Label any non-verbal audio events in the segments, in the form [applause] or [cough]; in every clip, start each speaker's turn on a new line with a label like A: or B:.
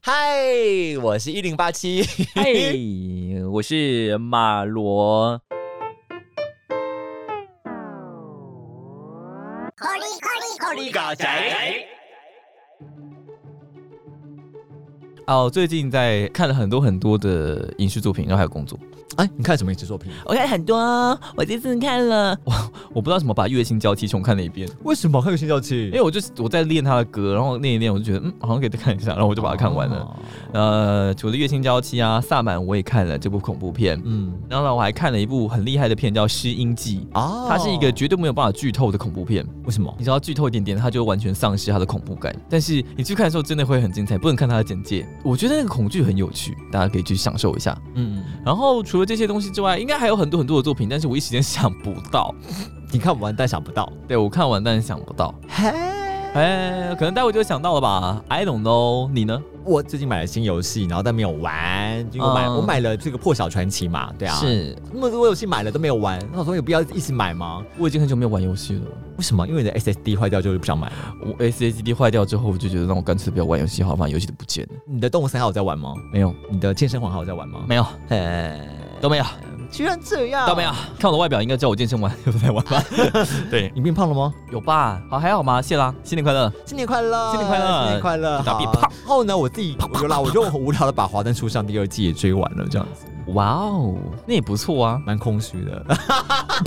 A: 嗨，我是一零八七，
B: 嗨，我是马罗。哦， [laughs] 最近在看了很多很多的影视作品，然后还有工作。
A: 哎，你看什么影视作品？
B: 我看很多，我这次看了，我我不知道怎么把《月薪娇妻》重看了一 [laughs] 遍，
A: 为什么看《新娇妻
B: 因》？为我就是我在练他的歌，然后练一练，我就觉得嗯，好像可以再看一下，然后我就把它看完了。
A: 哦
B: 呃，除了《月薪娇妻》啊，《萨满》我也看了这部恐怖片，
A: 嗯，
B: 然后呢，我还看了一部很厉害的片叫《失音记》，
A: 哦
B: 它是一个绝对没有办法剧透的恐怖片。
A: 为什么？
B: 你知道剧透一点点，它就完全丧失它的恐怖感。但是你去看的时候，真的会很精彩，不能看它的简介。我觉得那个恐惧很有趣，大家可以去享受一下。
A: 嗯，
B: 然后除了这些东西之外，应该还有很多很多的作品，但是我一时间想不到。
A: 你看完但想不到，
B: 对我看完，但是想不到。
A: 嘿，
B: 哎，可能待会就想到了吧？I don't know。你呢？
A: 我最近买了新游戏，然后但没有玩，就我买、
B: 嗯
A: 我买了这个破晓传奇嘛，对啊，
B: 是，
A: 那么多游戏买了都没有玩，那我说有必要一起买吗？
B: 我已经很久没有玩游戏了。
A: 为什么？因为你的 SSD 坏掉就是不想买了。
B: 我 SSD 坏掉之后，我就觉得让我干脆不要玩游戏好了，反正游戏都不见了。
A: 你的动物森还有在玩吗？
B: 没有，
A: 你的健身环还有在玩吗？
B: 没有，
A: 呃，
B: 都没有，
A: 居然这样，
B: 都没有。 [laughs] 看我的外表，应该知道我健身完又在
A: [laughs]
B: 玩吧？对，
A: 你变胖了吗？
B: 有吧？好，还好吗？谢啦，新年快乐。
A: 新年快乐，
B: 新年快乐
A: 新年快乐！
B: 就打
A: 好
B: 屁
A: 啊
B: 啪
A: 然后呢，我自己有啦，我就很无聊的把《华灯初上》第二季也追完了，这样子
B: 哇哦，
A: [laughs]
B: 那也不错啊，
A: 蛮空虚的。 [laughs]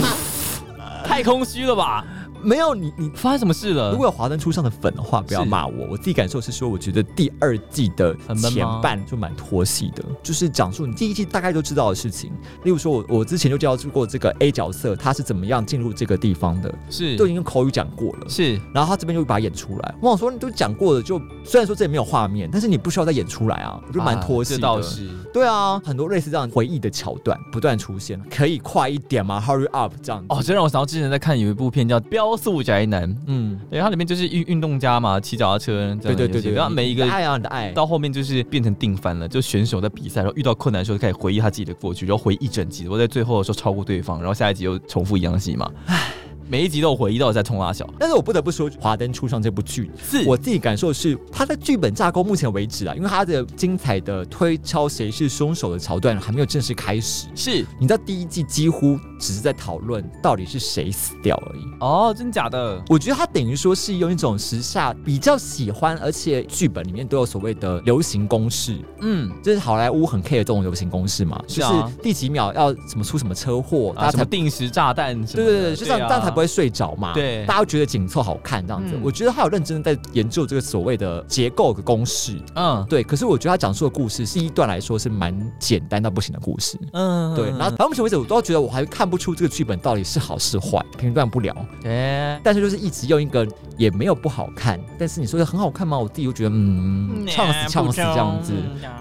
B: 太空虚了吧？
A: 没有你，你
B: 发生什么事了？
A: 如果有《华灯初上》的粉的话，不要
B: 是
A: 骂我。我自己感受是说，我觉得第二季的
B: 很闷吗
A: 前半就蛮拖戏的，就是讲述你第一季大概都知道的事情。例如说我，我之前就介绍过这个 A 角色他是怎么样进入这个地方的，
B: 是
A: 都已经用口语讲过了。
B: 是
A: 然后他这边就把它演出来，我想说你都讲过了，就虽然说这里没有画面，但是你不需要再演出来啊，我就蛮拖戏
B: 啊这
A: 的。
B: 倒是
A: 对啊，很多类似这样回忆的桥段不断出现，可以快一点吗？Hurry up 这样子。
B: 哦，这让我想到之前在看有一部片叫《雕塑宅男》，
A: 嗯，
B: 对，它里面就是运运动家嘛，骑脚踏车这样的
A: 对对
B: 游
A: 对
B: 戏
A: 对，
B: 然后
A: 你
B: 每一
A: 你的
B: 个。
A: 爱啊，你的爱，
B: 到后面就是变成定番了，就选手在比赛，然后遇到困难的时候就开始回忆他自己的过去，然后回忆一整集，然后在最后的时候超过对方，然后下一集又重复一样的戏嘛。唉，每一集都有回忆，到底在冲拉小。
A: 但是我不得不说，《华灯初上》这部剧，
B: 是
A: 我自己感受是，它的剧本架构目前为止啊，因为它的精彩的推敲谁是凶手的桥段还没有正式开始。
B: [laughs] 是
A: 你知道第一季几乎只是在讨论到底是谁死掉而已。
B: 哦，真假的？
A: 我觉得它等于说是用一种时下比较喜欢，而且剧本里面都有所谓的流行公式，
B: 嗯，
A: 就是好莱坞很 care 这种流行公式嘛，
B: 是
A: 就
B: 啊
A: 是第几秒要什么出什么车祸，大
B: 啊，
A: 家
B: 什
A: 才
B: 么定时炸弹什么
A: 对
B: 的？
A: 对对，就这样，
B: 啊
A: 这样才不会睡着嘛。
B: 对
A: 大家觉得紧凑好看这样子。
B: 嗯
A: 我觉得他有认真的在研究这个所谓的结构的公式。
B: 嗯
A: 对，可是我觉得他讲述的故事，第一段来说是蛮简单到不行的故事。
B: 嗯，
A: 对，然后到目前为止，我都觉得我还看不出这个剧本到底是好是坏，评断不了。
B: 哎、
A: 但是就是一直用一个也没有不好看，但是你说的很好看吗？我自己又觉得嗯，呛死呛死这样子。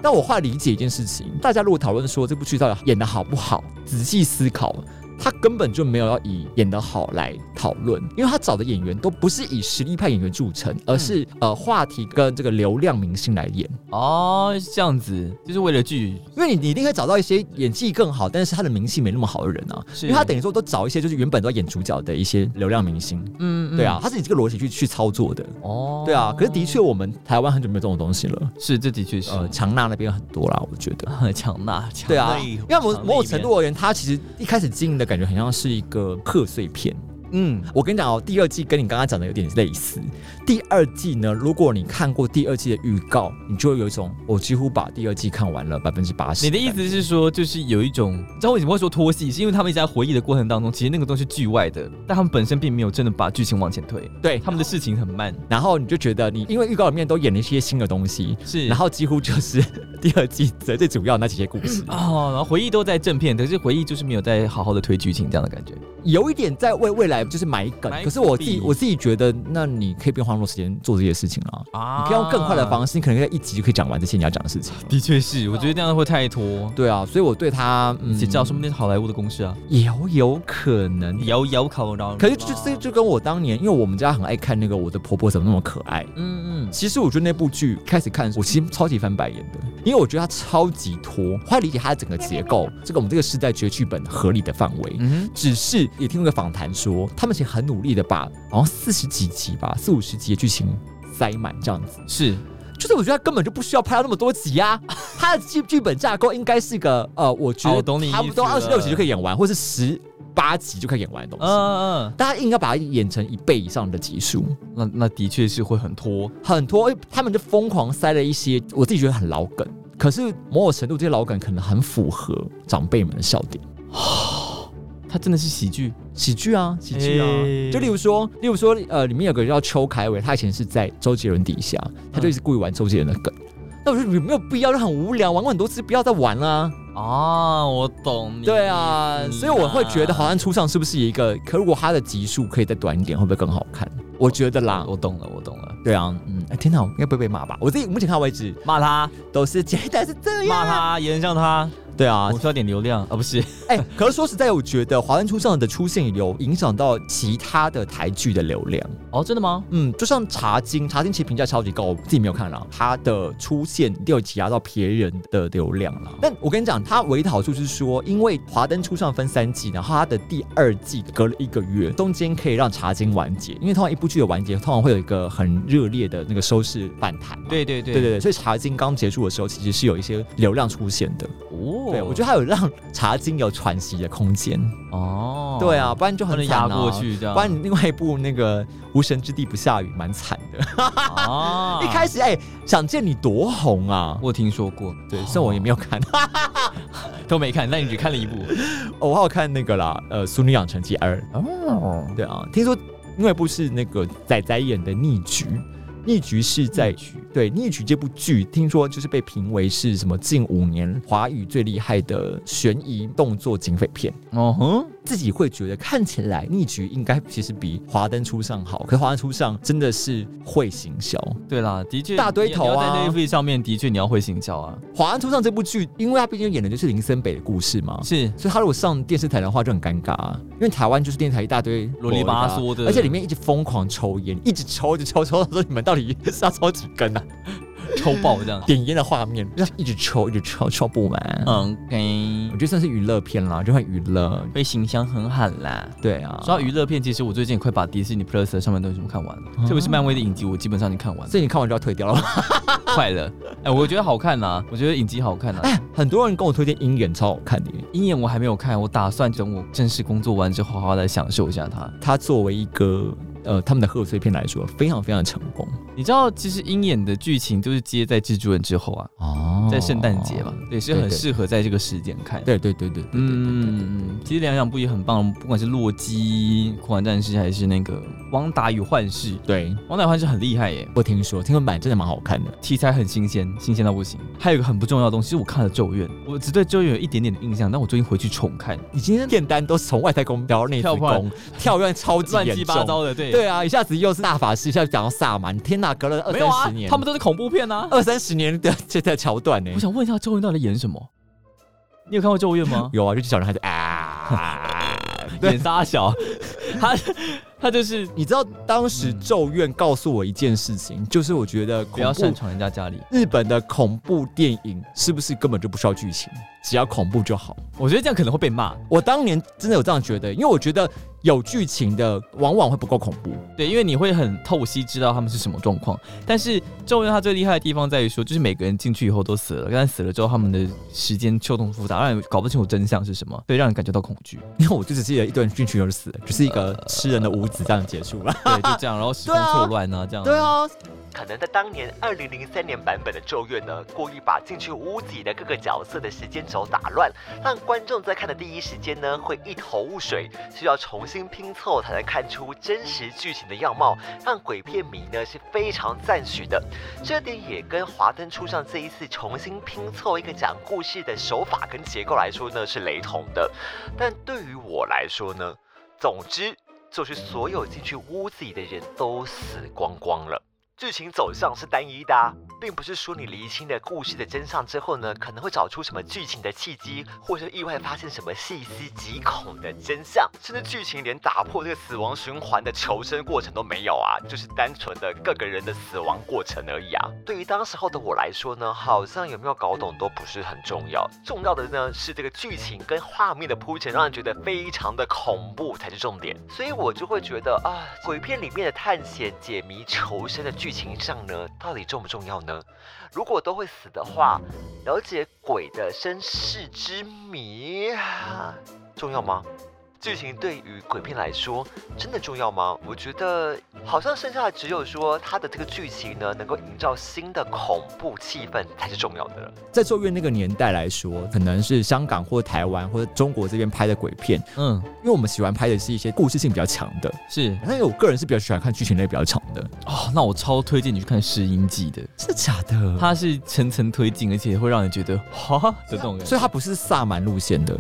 A: 但我后来理解一件事情，大家如果讨论说这部剧到底演的好不好，仔细思考，他根本就没有要以演的好来讨论，因为他找的演员都不是以实力派演员著称，
B: 嗯
A: 而是、呃话题跟这个流量明星来演。
B: 哦，是这样子，就是为了剧，
A: 因为你你一定可以找到一些演技更好，但是他的名气没那么好的人啊，
B: 是
A: 因为他等于说都找一些就是原本都要演主角的一些流量明星，
B: 嗯
A: 对，啊，他是以这个逻辑去去操作的。
B: 哦
A: 对啊，可是的确，我们台湾很久没有这种东西了。
B: 是这的确是
A: 呃，强纳那边很多啦，我觉得。
B: [laughs] 强大，强
A: 呃对啊，
B: 大一
A: 因为某
B: 强大一
A: 某种程
B: 面
A: 度而言，它其实一开始经营的感觉很像是一个贺岁片。
B: 嗯，
A: 我跟你讲哦，第二季跟你刚刚讲的有点类似。第二季呢，如果你看过第二季的预告，你就会有一种我几乎把第二季看完了百分之八十。
B: 你的意思是说，就是有一种，你知道为什么会说拖戏，是因为他们一直在回忆的过程当中，其实那个都是剧外的，但他们本身并没有真的把剧情往前
A: [laughs]
B: 推，
A: 对
B: 他？们的事情很慢，
A: 然后你就觉得你因为预告里面都演了一些新的东西，
B: 是，
A: 然后几乎就是第二季最最主要的那几些故事，
B: 哦，然后回忆都在正片，可是回忆就是没有在好好的推剧情这样的感觉，
A: 有一点在为未来就是埋梗
B: 埋。
A: 可是我自
B: 伏
A: 己
B: 笔
A: 我自己觉得，那你可以不用花那么多时间做这些事情了。
B: 啊
A: 你可以用更快的方式，你可能在一集就可以讲完这些你要讲的事情。
B: 啊的确是，我觉得这样会太拖。
A: 对啊，所以我对他，嗯，
B: 谁知道，说不定是好莱坞的公式啊，
A: 也有有可能，
B: 摇摇考到。
A: 可是就这就跟我当年，因为我们家很爱看那个《我的婆婆怎么那么可爱》。
B: 嗯嗯，
A: 其实我觉得那部剧开始看，我其实超级翻白眼的，因为我觉得它超级拖，我来理解它的整个结构，这个我们这个时代觉得剧本合理的范围。
B: 嗯
A: 只是也听过一个访谈说，他们其实很努力的把好像四十几集吧，四五十集的剧情塞满这样子。
B: 哼，是
A: 就是我觉得他根本就不需要拍到那么多集啊， [laughs] 他的剧剧本架构应该是一个呃，我觉
B: 哦
A: 得
B: 我懂你
A: 差
B: 意
A: 不
B: 思
A: 多二十六
B: 了
A: 集就可以演完，或是十八集就可以演完的东
B: 嗯
A: 西。
B: 嗯
A: 但他硬要把它演成一倍以上的集数，
B: 嗯，那那的确是会很拖，
A: 很多哎他们就疯狂塞了一些我自己觉得很老梗，可是某种程度这些老梗可能很符合长辈们的笑点。
B: 它真的是喜剧，
A: 喜剧啊，喜剧啊，
B: 哎
A: 就例如说，例如说，呃，里面有个人叫邱凯伟，他以前是在周杰伦底下，他就
B: 嗯
A: 一直故意玩周杰伦的梗。那我就有没有必要？就很无聊，玩过很多次，不要再玩了、
B: 啊，我懂你。
A: 对啊，
B: 嗯
A: 所以我会觉得好像初上是不是一个？可如果他的集数可以再短一点，会不会更好看？我觉得啦，
B: 啊我懂了，我懂了，
A: 对啊，嗯，哎，天哪，我应该不会被骂吧？我自己目前看为止
B: 骂他，
A: 都是 [laughs] 觉得是这样，
B: 骂他，延上他，
A: 对啊
B: 我，需要点流量啊，不是，
A: 哎、可是说实在，我觉得华灯初上的出现有影响到其他的台剧的流量。
B: [laughs] 哦，真的吗？
A: 嗯，就像《茶经》，《茶经》其实评价超级高，我自己没有看啦。它的出现一定有挤压到别人的流量啦。但我跟你讲，它唯一的好处是说，因为《华灯初上》分三季，然后它的第二季隔了一个月，中间可以让《茶经》完结，因为通常一部剧的完结，通常会有一个很热烈的那个收视反弹嘛。
B: 对对对
A: 对对对，所以《茶经》刚结束的时候，其实是有一些流量出现的。
B: 哦，
A: 对，我觉得它有让《茶经》有喘息的空间。
B: 得哦，
A: 对啊，，不然就
B: 不
A: 很
B: 能
A: 惨
B: 压
A: 啊
B: 过。去这样，
A: 不然你另外一部那个《无神之地不下雨》蛮惨的。
B: 啊 [laughs]
A: 一开始哎、想见你多红啊！
B: 我听说过，
A: 对，虽然我也没有看， [laughs]
B: 都没看，但你只看了一部，
A: 我还有看那个啦，呃，《俗女养成记二》。
B: [laughs] 哦，
A: 对啊，听说另外一部是那个仔仔演的《逆局》，《逆局》是在对《逆局》这部剧，听说就是被评为是什么近五年华语最厉害的悬疑动作警匪片。
B: 哦哼，
A: 自己会觉得看起来《逆局》应该其实比《华灯初上》好，可是《华灯初上》真的是会行销，
B: 对啦，的确，
A: 大堆
B: 你
A: 头啊
B: 你要在 n e t 上面的确你要会行销啊，
A: 《华灯初上》这部剧，因为它毕竟演的就是林森北的故事嘛，
B: 是
A: 所以他如果上电视台的话就很尴尬、啊，因为台湾就是电视台一大堆
B: 啰里吧嗦的
A: 而且里面一直疯狂抽烟，一直抽，一直抽，抽到说你们到底是要抽几根啊？，
B: 抽爆这样
A: [laughs]
B: [laughs]
A: 点烟的画面，一直抽，一直抽，抽不完。
B: 嗯
A: 我
B: ，OK，
A: 觉得算是娱乐片啦，就很娱乐。
B: 被行销很狠啦。
A: 对啊，
B: 说到娱乐片，其实我最近也快把迪士尼 Plus 的上面东西全部看完了，特
A: 哦
B: 别是漫威的影集，我基本上已经看完了，
A: 所以你看完就要退掉了。
B: 快了。哎，我觉得好看呐、我觉得影集好看呐、
A: [laughs] 哎，很多人跟我推荐《鹰眼》超好看的耶，
B: 鹰眼我还没有看，我打算等我正式工作完之后，好好来享受一下它。
A: 它作为一个呃他们的贺岁片来说，非常非常成功
B: 你知道，其实鹰眼的剧情就是接在蜘蛛人之后啊，
A: 哦
B: 在圣诞节嘛，对，所以很
A: 对对
B: 适合在这个时间看。
A: 对对对对对对对对对
B: 嗯，其实两两部也很棒，不管是洛基、酷玩战士，还是那个汪达与幻视，
A: 对，
B: 汪达与幻视很厉害耶，
A: 我听说，听说版真的蛮好看的。
B: 题材很新鲜，新鲜到不行。还有一个很不重要的东西，是我看了《咒怨》，我只对《咒怨》有一点点的印象，但我最近回去重看，
A: 你今天片单都是从外太空聊到内子
B: 跳过
A: 宫
B: 来，
A: 跳跃超级
B: 乱
A: 严
B: 七八
A: 重。
B: 糟的，对
A: 对啊，一下子又是大法师，一下子讲到萨满，天哪，隔了二
B: 没有
A: 三
B: 啊
A: 十，年，
B: 他们都是恐怖片啊。
A: 二三十年的这在桥段欸呢？
B: 我。想问一下，《咒怨》到底演什么？你有看过《咒怨》吗
A: 有啊，就小男孩子啊。
B: [laughs] 演沙小， [laughs] 他他就是
A: 你知道当时《咒怨》告诉我一件事情，就是我觉得
B: 不
A: 恐
B: 要嗯擅
A: 怖
B: 闯人家家里。
A: 日本的恐怖电影是不是根本就不需要剧情，只要恐怖就好。
B: 我觉得这样可能会被骂，
A: 我当年真的有这样觉得，因为我觉得有剧情的往往会不够恐怖。
B: 对，因为你会很透析知道他们是什么状况。但是《咒怨》它最厉害的地方在于说，就是每个人进去以后都死了，但死了之后他们的时间错综复杂，让你搞不清楚真相是什么，对，让人感觉到恐惧。
A: 因为我就只记得一堆人进去就死了，只是一个
B: 呃
A: 吃人的五子这样结束了。
B: [laughs] 对，就这样，然后时空
A: 对啊
B: 错乱啊，这样。
A: 对啊，
C: 可能在当年二零零三年版本的《咒怨》呢，故意把进去屋子里的各个角色的时间轴打乱，让观众在看的第一时间呢会一头雾水，需要重新拼凑才能看出真实剧情的样貌，让鬼片迷呢是非常赞许的。这点也跟《华灯初上》这一次重新拼凑一个讲故事的手法跟结构来说呢是雷同的，但对于我来说呢，总之就是所有进去屋子里的人都死光光了。剧情走向是单一的、啊，并不是说你厘清了故事的真相之后呢，可能会找出什么剧情的契机，或是意外发现什么细思极恐的真相，甚至剧情连打破这个死亡循环的求生过程都没有啊，就是单纯的各个人的死亡过程而已啊。对于当时候的我来说呢，好像有没有搞懂都不是很重要，重要的呢是这个剧情跟画面的铺陈，让人觉得非常的恐怖才是重点，所以我就会觉得啊，鬼片里面的探险、解谜、求生的剧。剧情上呢，到底重不重要呢？如果都会死的话，了解鬼的身世之谜啊重要吗？剧情对于鬼片来说真的重要吗？我觉得好像剩下的只有说它的这个剧情呢，能够营造新的恐怖气氛才是重要的了。
A: 在咒怨那个年代来说，可能是香港或台湾或者中国这边拍的鬼片，
B: 嗯，
A: 因为我们喜欢拍的是一些故事性比较强的。
B: 是
A: 但因为我个人是比较喜欢看剧情类比较长的，
B: 哦，那我超推荐你去看《试音记》的，
A: 是假的它
B: 它是层层推进，而且会让你觉得哈的那种感觉。
A: 所以它不是萨满路线的，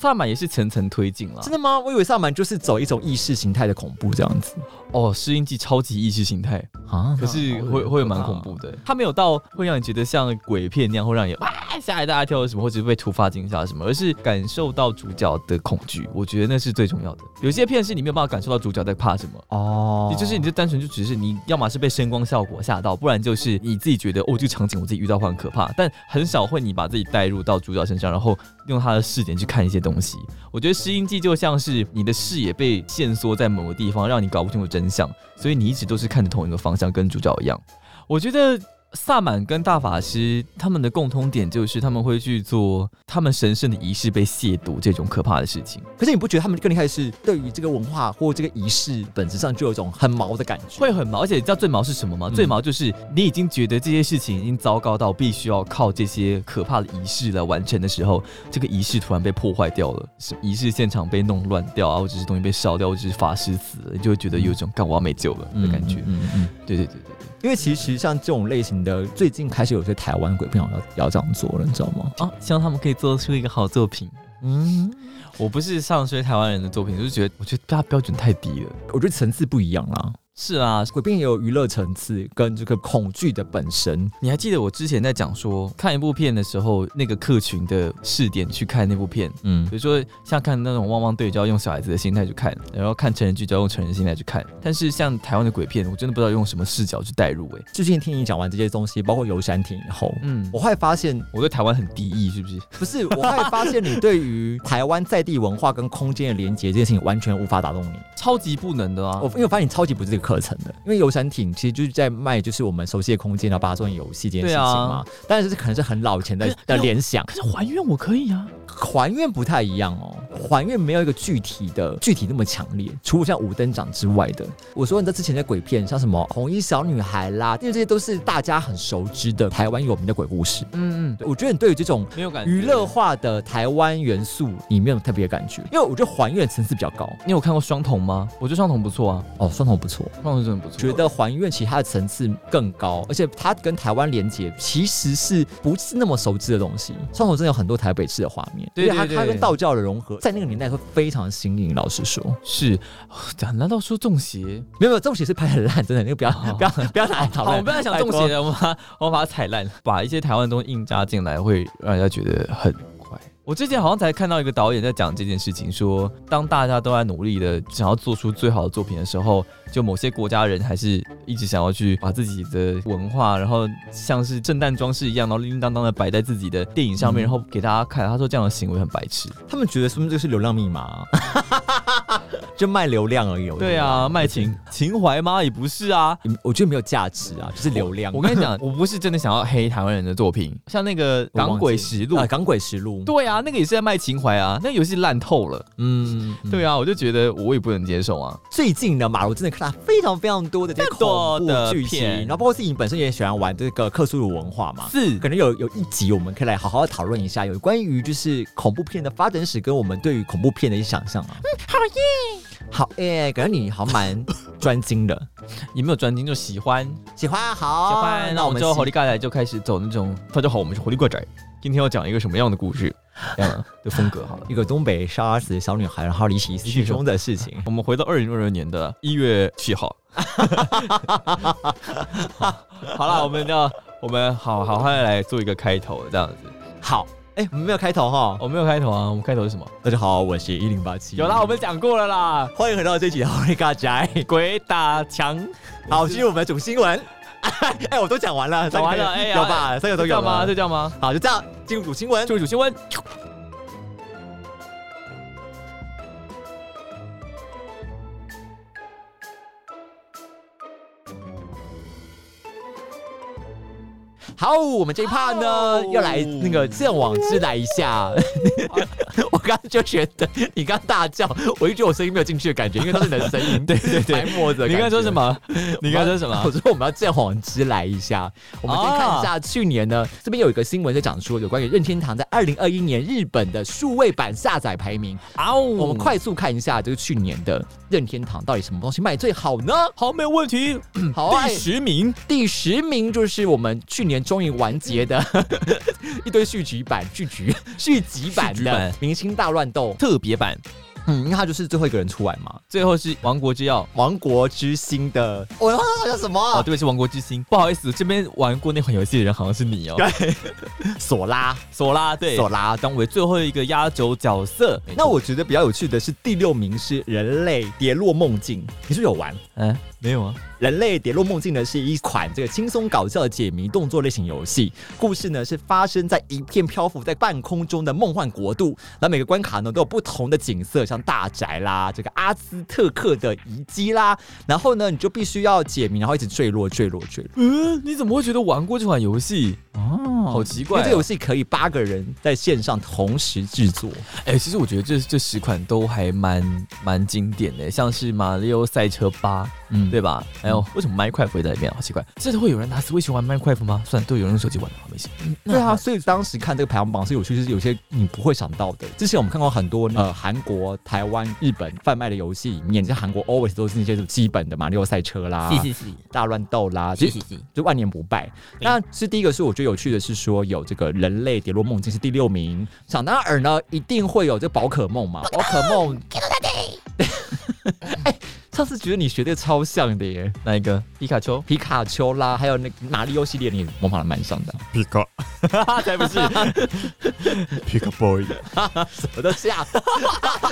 B: 萨满也是层层推进啦
A: 真。的吗？我以为萨满就是走一种意识形态的恐怖这样子
B: 哦，《试音记》超级意识形态，
A: 啊，
B: 可是
A: 那好
B: 会会蛮
A: 可怕
B: 恐怖的。它没有到会让你觉得像鬼片那样，会让你哇吓一大跳什么，或者是被突发惊吓什么，而是感受到主角的恐惧。我觉得那是最重要的。有些片是你没有办法感受到主角在怕什么。
A: 哦
B: 你就是你就单纯就只是你要么是被声光效果吓到，不然就是你自己觉得哦这个场景我自己遇到会很可怕，但很少会你把自己带入到主角身上，然后用他的视点去看一些东西。我觉得适应记就像是你的视野被限缩在某个地方，让你搞不清楚真相，所以你一直都是看着同一个方向，跟主角一样。我觉得。萨满跟大法师他们的共通点就是他们会去做他们神圣的仪式被亵渎这种可怕的事情。
A: 可是你不觉得他们更厉害的是对于这个文化或这个仪式本质上就有一种很毛的感觉？
B: 会很毛，而且你知道最毛是什么吗？最毛就是你已经觉得这些事情已经糟糕到必须要靠这些可怕的仪式来完成的时候，这个仪式突然被破坏掉了，是仪式现场被弄乱掉啊，或者是东西被烧掉，或者是法师死了，你就会觉得有一种干我要没救了的感觉。
A: 嗯嗯嗯
B: 对对对对对。
A: 因为其实像这种类型的，最近开始有些台湾鬼片要要这样做了，你知道吗？
B: 啊，希望他们可以做出一个好作品。
A: 嗯，
B: 我不是上追台湾人的作品，就是觉得我觉得他标准太低了。
A: 我觉得层次不一样啦。
B: 是啊，
A: 鬼片也有娱乐层次跟这个恐惧的本身，
B: 你还记得我之前在讲说看一部片的时候，那个客群的试点去看那部片，
A: 嗯
B: 比，如说像看那种汪汪队，就要用小孩子的心态去看；然后看成人剧，就要用成人的心态去看。但是像台湾的鬼片，我真的不知道用什么视角去带入、欸。哎，
A: 最近听你讲完这些东西，包括游山亭以后，
B: 嗯，
A: 我后来发现
B: 我对台湾很敌意，是不 [laughs] 是？
A: 不是，我后来发现你对于台湾在地文化跟空间的连接这件事情完全无法打动你。
B: 超级不能的啊！
A: 我因为我发现你超级不是这个课程的，因为游山艇其实就是在卖就是我们熟悉的空间，然后把它做成游戏这件事情嘛。但是这可能是很老以前的
B: 啊可是
A: 的联想，
B: 可是还愿我可以啊，
A: 还愿不太一样哦，还愿没有一个具体的具体那么强烈，除了像五灯奖之外的。我说你在之前的鬼片，像什么红衣小女孩啦，因为这些都是大家很熟知的台湾有名的鬼故事。
B: 嗯嗯，
A: 对我觉得你对于这种
B: 没有感觉
A: 娱乐。化的台湾元素，你没有特别的感觉，因为我觉得还愿层次比较高
B: 你有看过双瞳吗？我觉得双瞳不错啊，
A: 哦，双瞳不错。
B: 双瞳真的不错。
A: 觉得还愿其他的层次更高，而且它跟台湾连接其实是不是那么熟知的东西。双头真的有很多台北市的画面，
B: 对对
A: 因为
B: 对
A: 它它跟道教的融合，在那个年代会非常新颖。老实说，
B: 是，哦难道说中邪？
A: 没有没有，这种写是拍得很烂，真的，那
B: [laughs]
A: 个不要、不要不要拿来讨
B: 好，
A: 论。
B: 我不要想中邪
A: 拜托。
B: 了，我们把我们把它踩烂，把一些台湾的东西硬加进来，会让人家觉得很怪。我之前好像才看到一个导演在讲这件事情说，当大家都在努力的想要做出最好的作品的时候，就某些国家人还是一直想要去把自己的文化，然后像是圣诞装饰一样，然后叮叮当当的摆在自己的电影上面，
A: 嗯
B: 然后给大家看。他说这样的行为很白痴。
A: 他们觉得说明这个是流量密码 [laughs] 啊、就卖流量而已。我觉得嗯
B: 对啊，
A: [laughs]
B: 卖情情怀吗？也不是啊。
A: 我觉得没有价值啊，就是流量。
B: 我跟你讲，我不是真的想要黑台湾人的作品，像那个《港鬼实录
A: 啊，》港鬼实录，
B: 对啊，那个也是在卖情怀啊，那个游戏烂透了。
A: 嗯，嗯
B: 对啊，我就觉得我也不能接受啊。
A: 最近呢，马如真的看了非常非常多的这些
B: 更多
A: 恐怖
B: 的
A: 剧情，
B: 片
A: 然后包括自己本身也喜欢玩这个克苏鲁文化嘛。
B: 是
A: 可能有有一集我们可以来好好地讨论一下，有关于就是恐怖片的发展史跟我们对于恐怖片的一些想象啊。嗯，好耶，好耶，感觉你好像蛮专精的，
B: 也没有专精，就喜欢喜
A: 喜欢好，
B: 欢。啊那我们就
A: 喜
B: 火力盖仔就开始走那种，大家好，我们是火力盖仔，今天要讲一个什么样的故 [laughs] 事，这样的风格好了。
A: 一个东北杀死小女孩，然后离奇失去中的事情。
B: 我们回到二零二二年的一月七 [laughs] 号。好了，我们要我们好好好来做一个开头，这样子。
A: 好，哎、我们没有开头哈。
B: 我、没有开头啊，我们开头是什么？
A: 大家好，我是一零八七。
B: 有啦，我们讲过了啦。
A: 欢迎回到这一集的好力尬宅。
B: 鬼打墙，
A: 好，进入我们的主新闻。 [laughs] 哎、我都讲完了，
B: 讲完了
A: 三个
B: 哎呀
A: 有吧？三个都
B: 就这
A: 有
B: 样吗？
A: 了
B: 就。这样吗？
A: 好，就这样进入主新闻。
B: 注意主新闻。
A: 好，我们这一趴呢，要来那个见往之来一下。 [laughs] 我刚刚就觉得你刚大叫，我就觉得我声音没有进去的感觉，因为都是你的声音
B: [laughs] 对对对
A: 埋没着。
B: 你刚才说什？么？ [laughs] 你刚才说什么
A: 我？说我们要见往之来一下。我们先看一下去年
B: 啊
A: 呢，这边有一个新闻在讲说有关于任天堂在二零二一年日本的数位版下载排名。
B: 啊哦！
A: 我们快速看一下，就是去年的任天堂到底什么东西卖最好呢？
B: 好，没有问题。
A: 好啊
B: 第十名，
A: 第十名就是我们去年终于完结的 [laughs] 一堆续集版、续 [laughs] 集、续集版
B: 续集
A: 的
B: 版
A: 《明星大乱斗》。
B: 特别版，
A: 嗯，因为它就是最后一个人出来嘛，
B: 最后是《王国之钥》。
A: 《王国之心》的，我忘了它叫什
B: 哦，
A: 么？啊
B: 对不起，《王国之心》。不好意思，这边玩过那款游戏的人好像是 [laughs] 你哦。
A: 索拉，
B: 索拉，对，
A: 索拉。
B: 当为最后一个压轴角色。
A: 那我觉得比较有趣的是第六名是《人类跌落梦境》，你是不是有玩？
B: 嗯，没有啊，
A: 《人类跌落梦境》呢是一款这个轻松搞笑的解谜动作类型游戏，故事呢是发生在一片漂浮在半空中的梦幻国度，那每个关卡呢都有不同的景色，像大宅啦，这个阿兹特克的遗迹啦，然后呢你就必须要解谜，然后一直坠落、坠落、坠落。
B: 嗯，你怎么会觉得玩过这款游戏？哦，好奇
A: 嗯因
B: 怪、
A: 为
B: 哦。
A: 这游戏可以八个人在线上同时制作，
B: 哎、其实我觉得这这十款都还蛮蛮经典的，像是《马里奥赛车八》，
A: 嗯
B: 对吧？还有为什么 Minecraft 会在里面？好奇怪，这会有人拿 Switch 玩 Minecraft 吗？算了，都有人用手机玩了，好 [laughs] 没事。
A: 对啊，所以当时看这个排行榜是有趣，就是有些你不会想到的。之前我们看过很多
B: 嗯
A: 呃韩国、台湾、日本贩卖的游戏里面，在韩国 always 都是那些基本的马里奥赛车啦、
B: 是是
A: 大乱斗啦，其实
B: 是，
A: 就万年不败。那是第一个是我觉得有趣的是说有这个人类跌落梦境是第六名，想当然呢一定会有这宝可梦嘛，宝可梦。 [laughs] 哎，上次觉得你学的超像的耶，
B: 哪一个？皮卡 [laughs] 丘？
A: 皮卡丘啦，还有那个马里奥系列，你也模仿的蛮像的。
D: 皮卡，
B: 才啊 [laughs] 不是！
D: 皮卡 boy，
A: 我都吓到，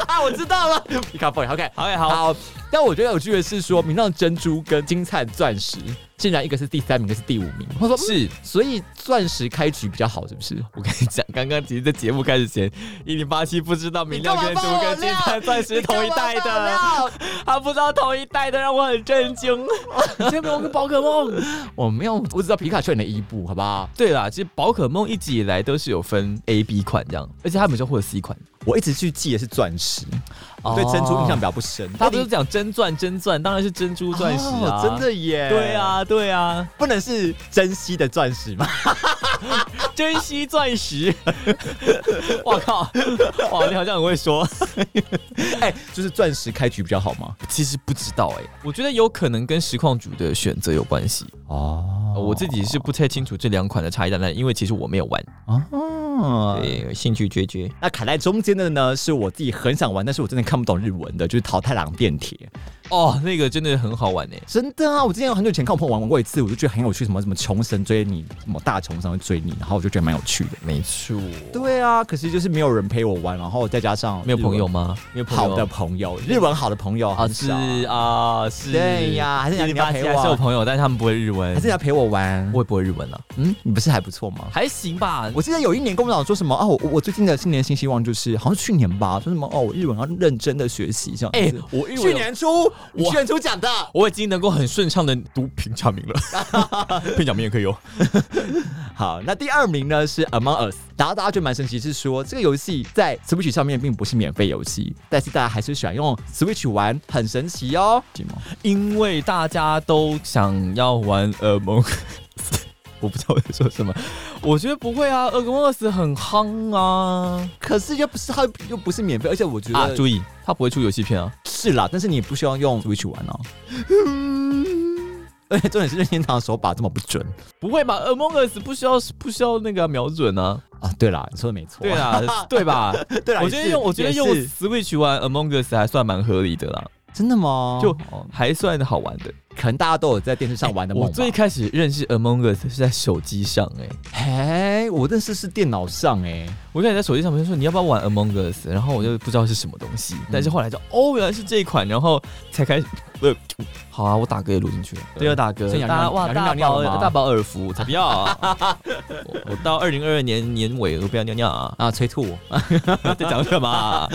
A: 啊，我知道了，皮卡 boy OK。
B: 好，好，
A: 好，但我觉得有趣的是说，明亮珍珠跟金灿钻石竟然一个是第三名，一个是第五名。我说，嗯
B: 是
A: 所以钻石开局比较好，是不是？
B: 我跟你讲，刚刚其实在节目开始前，一零八七不知道明亮跟猪跟金
A: [laughs]
B: 灿钻石同一代的，他不知道同一代的，让我很震惊。啊你竟然没有玩过宝可梦？
A: 我没有，我只知道皮卡丘你的伊布，好不好？
B: 对啦，其实宝可梦一直以来都是有分 A、B 款这样，而且它们就会有 C 款。
A: 我一直去记的是钻石，
B: 哦
A: 对珍珠印象比较不深。
B: 他不是讲真钻真钻，当然是珍珠钻石啊，
A: 哦真。的耶！
B: 对，啊，对啊，
A: 不能是珍惜的钻石吗？
B: 珍惜钻石。 [laughs] 我靠，哇，你好像很会说。
A: 哎，就是钻石开局比较好吗？
B: 其实不知道哎、
A: 欸
B: 我觉得有可能跟实况组的选择有关系。呃
A: 哦
B: 我自己是不太清楚这两款的差异在哪里，因为其实我没有玩，
A: 哦
B: 对，有兴趣绝绝。
A: 那卡在中间的呢，是我自己很想玩，但是我真的看不懂日文的，就是《桃太郎电铁》。
B: 哦，那个真的很好玩哎、
A: 真的啊，我之前很久以前看我朋友玩玩过一次，我就觉得很有趣，什么什么穷神追你，什么大穷神会追你，然后我就觉得蛮有趣的。
B: 没错，
A: 对啊，可是就是没有人陪我玩，然后再加上
B: 没有朋友
A: 日
B: 吗？没有
A: 文好的朋友，日文好的朋友
B: 啊，
A: 很
B: 是
A: 少。
B: 啊，是。
A: 对呀还是你要陪我
B: 啊
A: 啊
B: 108还是有朋友，但是他们不会日文
A: 还是，要陪我玩？
B: 我也不会日文啊，
A: 嗯，你不是还不错吗？
B: 还行吧。
A: 我记得有一年跟我们讲说什么啊，我我我最近的新年新希望就是好像是去年吧，说什么哦，我日文要认真的学习这样
B: 哎、
A: 子。
B: 我日文
A: 去年初，你
B: 哇
A: 去年初讲的。
B: 我已经能够很顺畅的读平假名了， [laughs] 平假名也可以用。
A: 好，那第二名呢是 Among Us，然后大家就蛮神奇，是说这个游戏在 Switch 上面并不是免费游戏，但是大家还是喜欢用 Switch 玩，很神奇哦。
B: 因为大家都想要玩呃蒙， [laughs] 我不知道我在说什么。我觉得不会啊，恶魔二十很夯啊
A: 可是又不是它又不是免费，而且我觉得、
B: 啊！注意，它不会出游戏片啊。
A: 是啦，但是你也不需要用 Switch 玩
B: [laughs]
A: 哦。而且重点是任天堂手把这么不准
B: 不会吧？Among Us 不需要不需要那个瞄准啊？
A: 啊！对啦，你说的没错。
B: 对，啦， [laughs] 对啊吧？
A: [laughs] 对啦，
B: 我觉
A: 也
B: 得
A: 是
B: 用我觉得用
A: 也是
B: Switch 玩 Among Us 还算蛮合理的啦，
A: 真的吗？
B: 就
A: 就
B: 哦还算好玩的。
A: 可能大家都有在电视上玩的梦
B: 我
A: 吧。
B: 最开始认识 Among Us 是在手机上哎、
A: 嘿，我认识是电脑上哎、
B: 我跟你在手机上面说你要不要玩 Among Us，然后我就不知道是什么东西，但是后来就哦原来是这一款，然后才开始。呃，好啊，我打嗝也录进去了。
A: 对
B: 对，我打嗝
A: 所以，你要
B: 大家
A: 尿
B: 哇，
A: 你要
B: 大
A: 尿尿
B: 饱
A: 了吗
B: 大饱耳福，才不要啊！ [laughs] 我我到二零二二年年尾，我不要尿尿啊！ [laughs]
A: 啊，催吐我。
B: 在讲什么啊？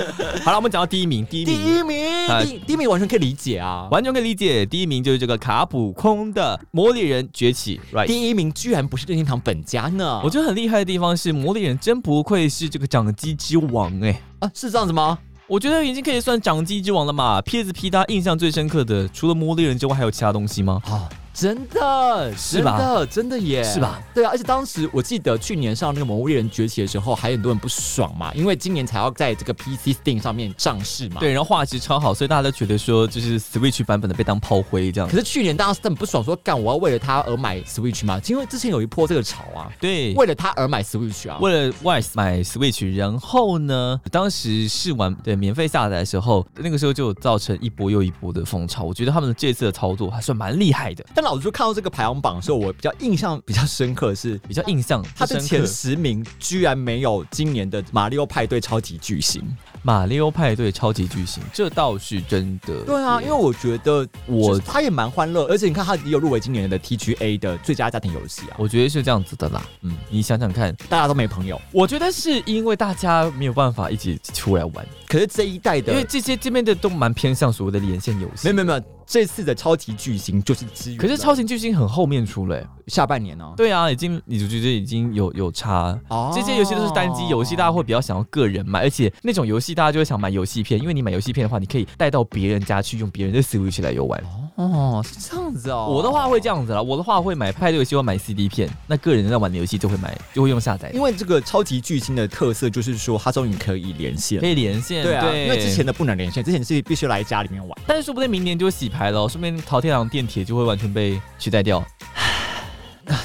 B: 好了，我们讲到第一名，第一
A: 第
B: 名，
A: 一名，
B: 哎
A: 第第一名完全可以理解啊。
B: 完全可以理解。第一名就是这个卡普空的《魔力人崛起》，right？
A: 第一名居然不是任天堂本家呢？
B: 我觉得很厉害的地方是，《魔力人》真不愧是这个掌机之王哎、
A: 啊，是这样子吗？
B: 我觉得已经可以算掌机之王了嘛。PSP 大家印象最深刻的，除了《魔力人》之外，还有其他东西吗？
A: 啊，真的，
B: 是吧
A: 真的，真的耶，
B: 是吧？
A: 对啊，而且当时我记得去年上那个《魔物猎人崛起》的时候，还有很多人不爽嘛，因为今年才要在这个 PC Steam 上面上市嘛。。
B: 对，然后画质超好，所以大家都觉得说，就是 Switch 版本的被当炮灰这样
A: 可。是去年大家是很不爽说干我要为了它而买 Switch 嘛，因为之前有一波这个潮啊，
B: 对，
A: 为了它而买 Switch 啊。
B: 为了 Wise 买 Switch，然后呢，当时试玩对免费下载的时候，那个时候就有造成一波又一波的风潮。我觉得他们这次的操作还算蛮厉害的，
A: 但老实说，看到这个排行榜的时候，我比较印象比较深刻的是，
B: 比较印象
A: 它
B: 深
A: 的
B: 刻
A: 前十名居然没有今年的《马里奥派对》超级巨星。
B: 马里奥派对超级巨星，这倒是真的。
A: 对啊，因为我觉得
B: 我
A: 我他也蛮欢乐，而且你看他也有入围今年的 TGA 的最佳家庭游戏啊，
B: 我觉得是这样子的啦，嗯
A: 嗯，
B: 你想想看，
A: 大家都没朋友。
B: 我觉得是因为大家没有办法一起出来玩，
A: 可是这一代
B: 因
A: 的
B: 为，这些这边的都蛮偏向所谓的连线游
A: 没
B: 戏。
A: 有没有没有，这次的超级巨星就是支援了，
B: 可是超级巨星很后面出嘞、
A: 下半年呢、
B: 对啊，已经你就觉得已经有有差，
A: 哦
B: 这些游戏都是单机游戏，大家会比较想要个人买，而且那种游戏大家就会想买游戏片，因为你买游戏片的话，你可以带到别人家去用别人的 Switch 来游玩。
A: 哦，是这样子哦。
B: 我的话会这，样子啦，我的话会买派对游戏，会买 CD 片，那个人在玩的游戏就会买，就会用下载的，
A: 因为这个超级巨星的特色就是说，它终于可以连线
B: 可。以连线。
A: 对啊，因为之前
B: 的，
A: 的不能连线，之前是必须来家里面玩。 [laughs]
B: 但是说不定明年就会洗牌了哦，说不定淘天堂电铁就会完全被取代掉。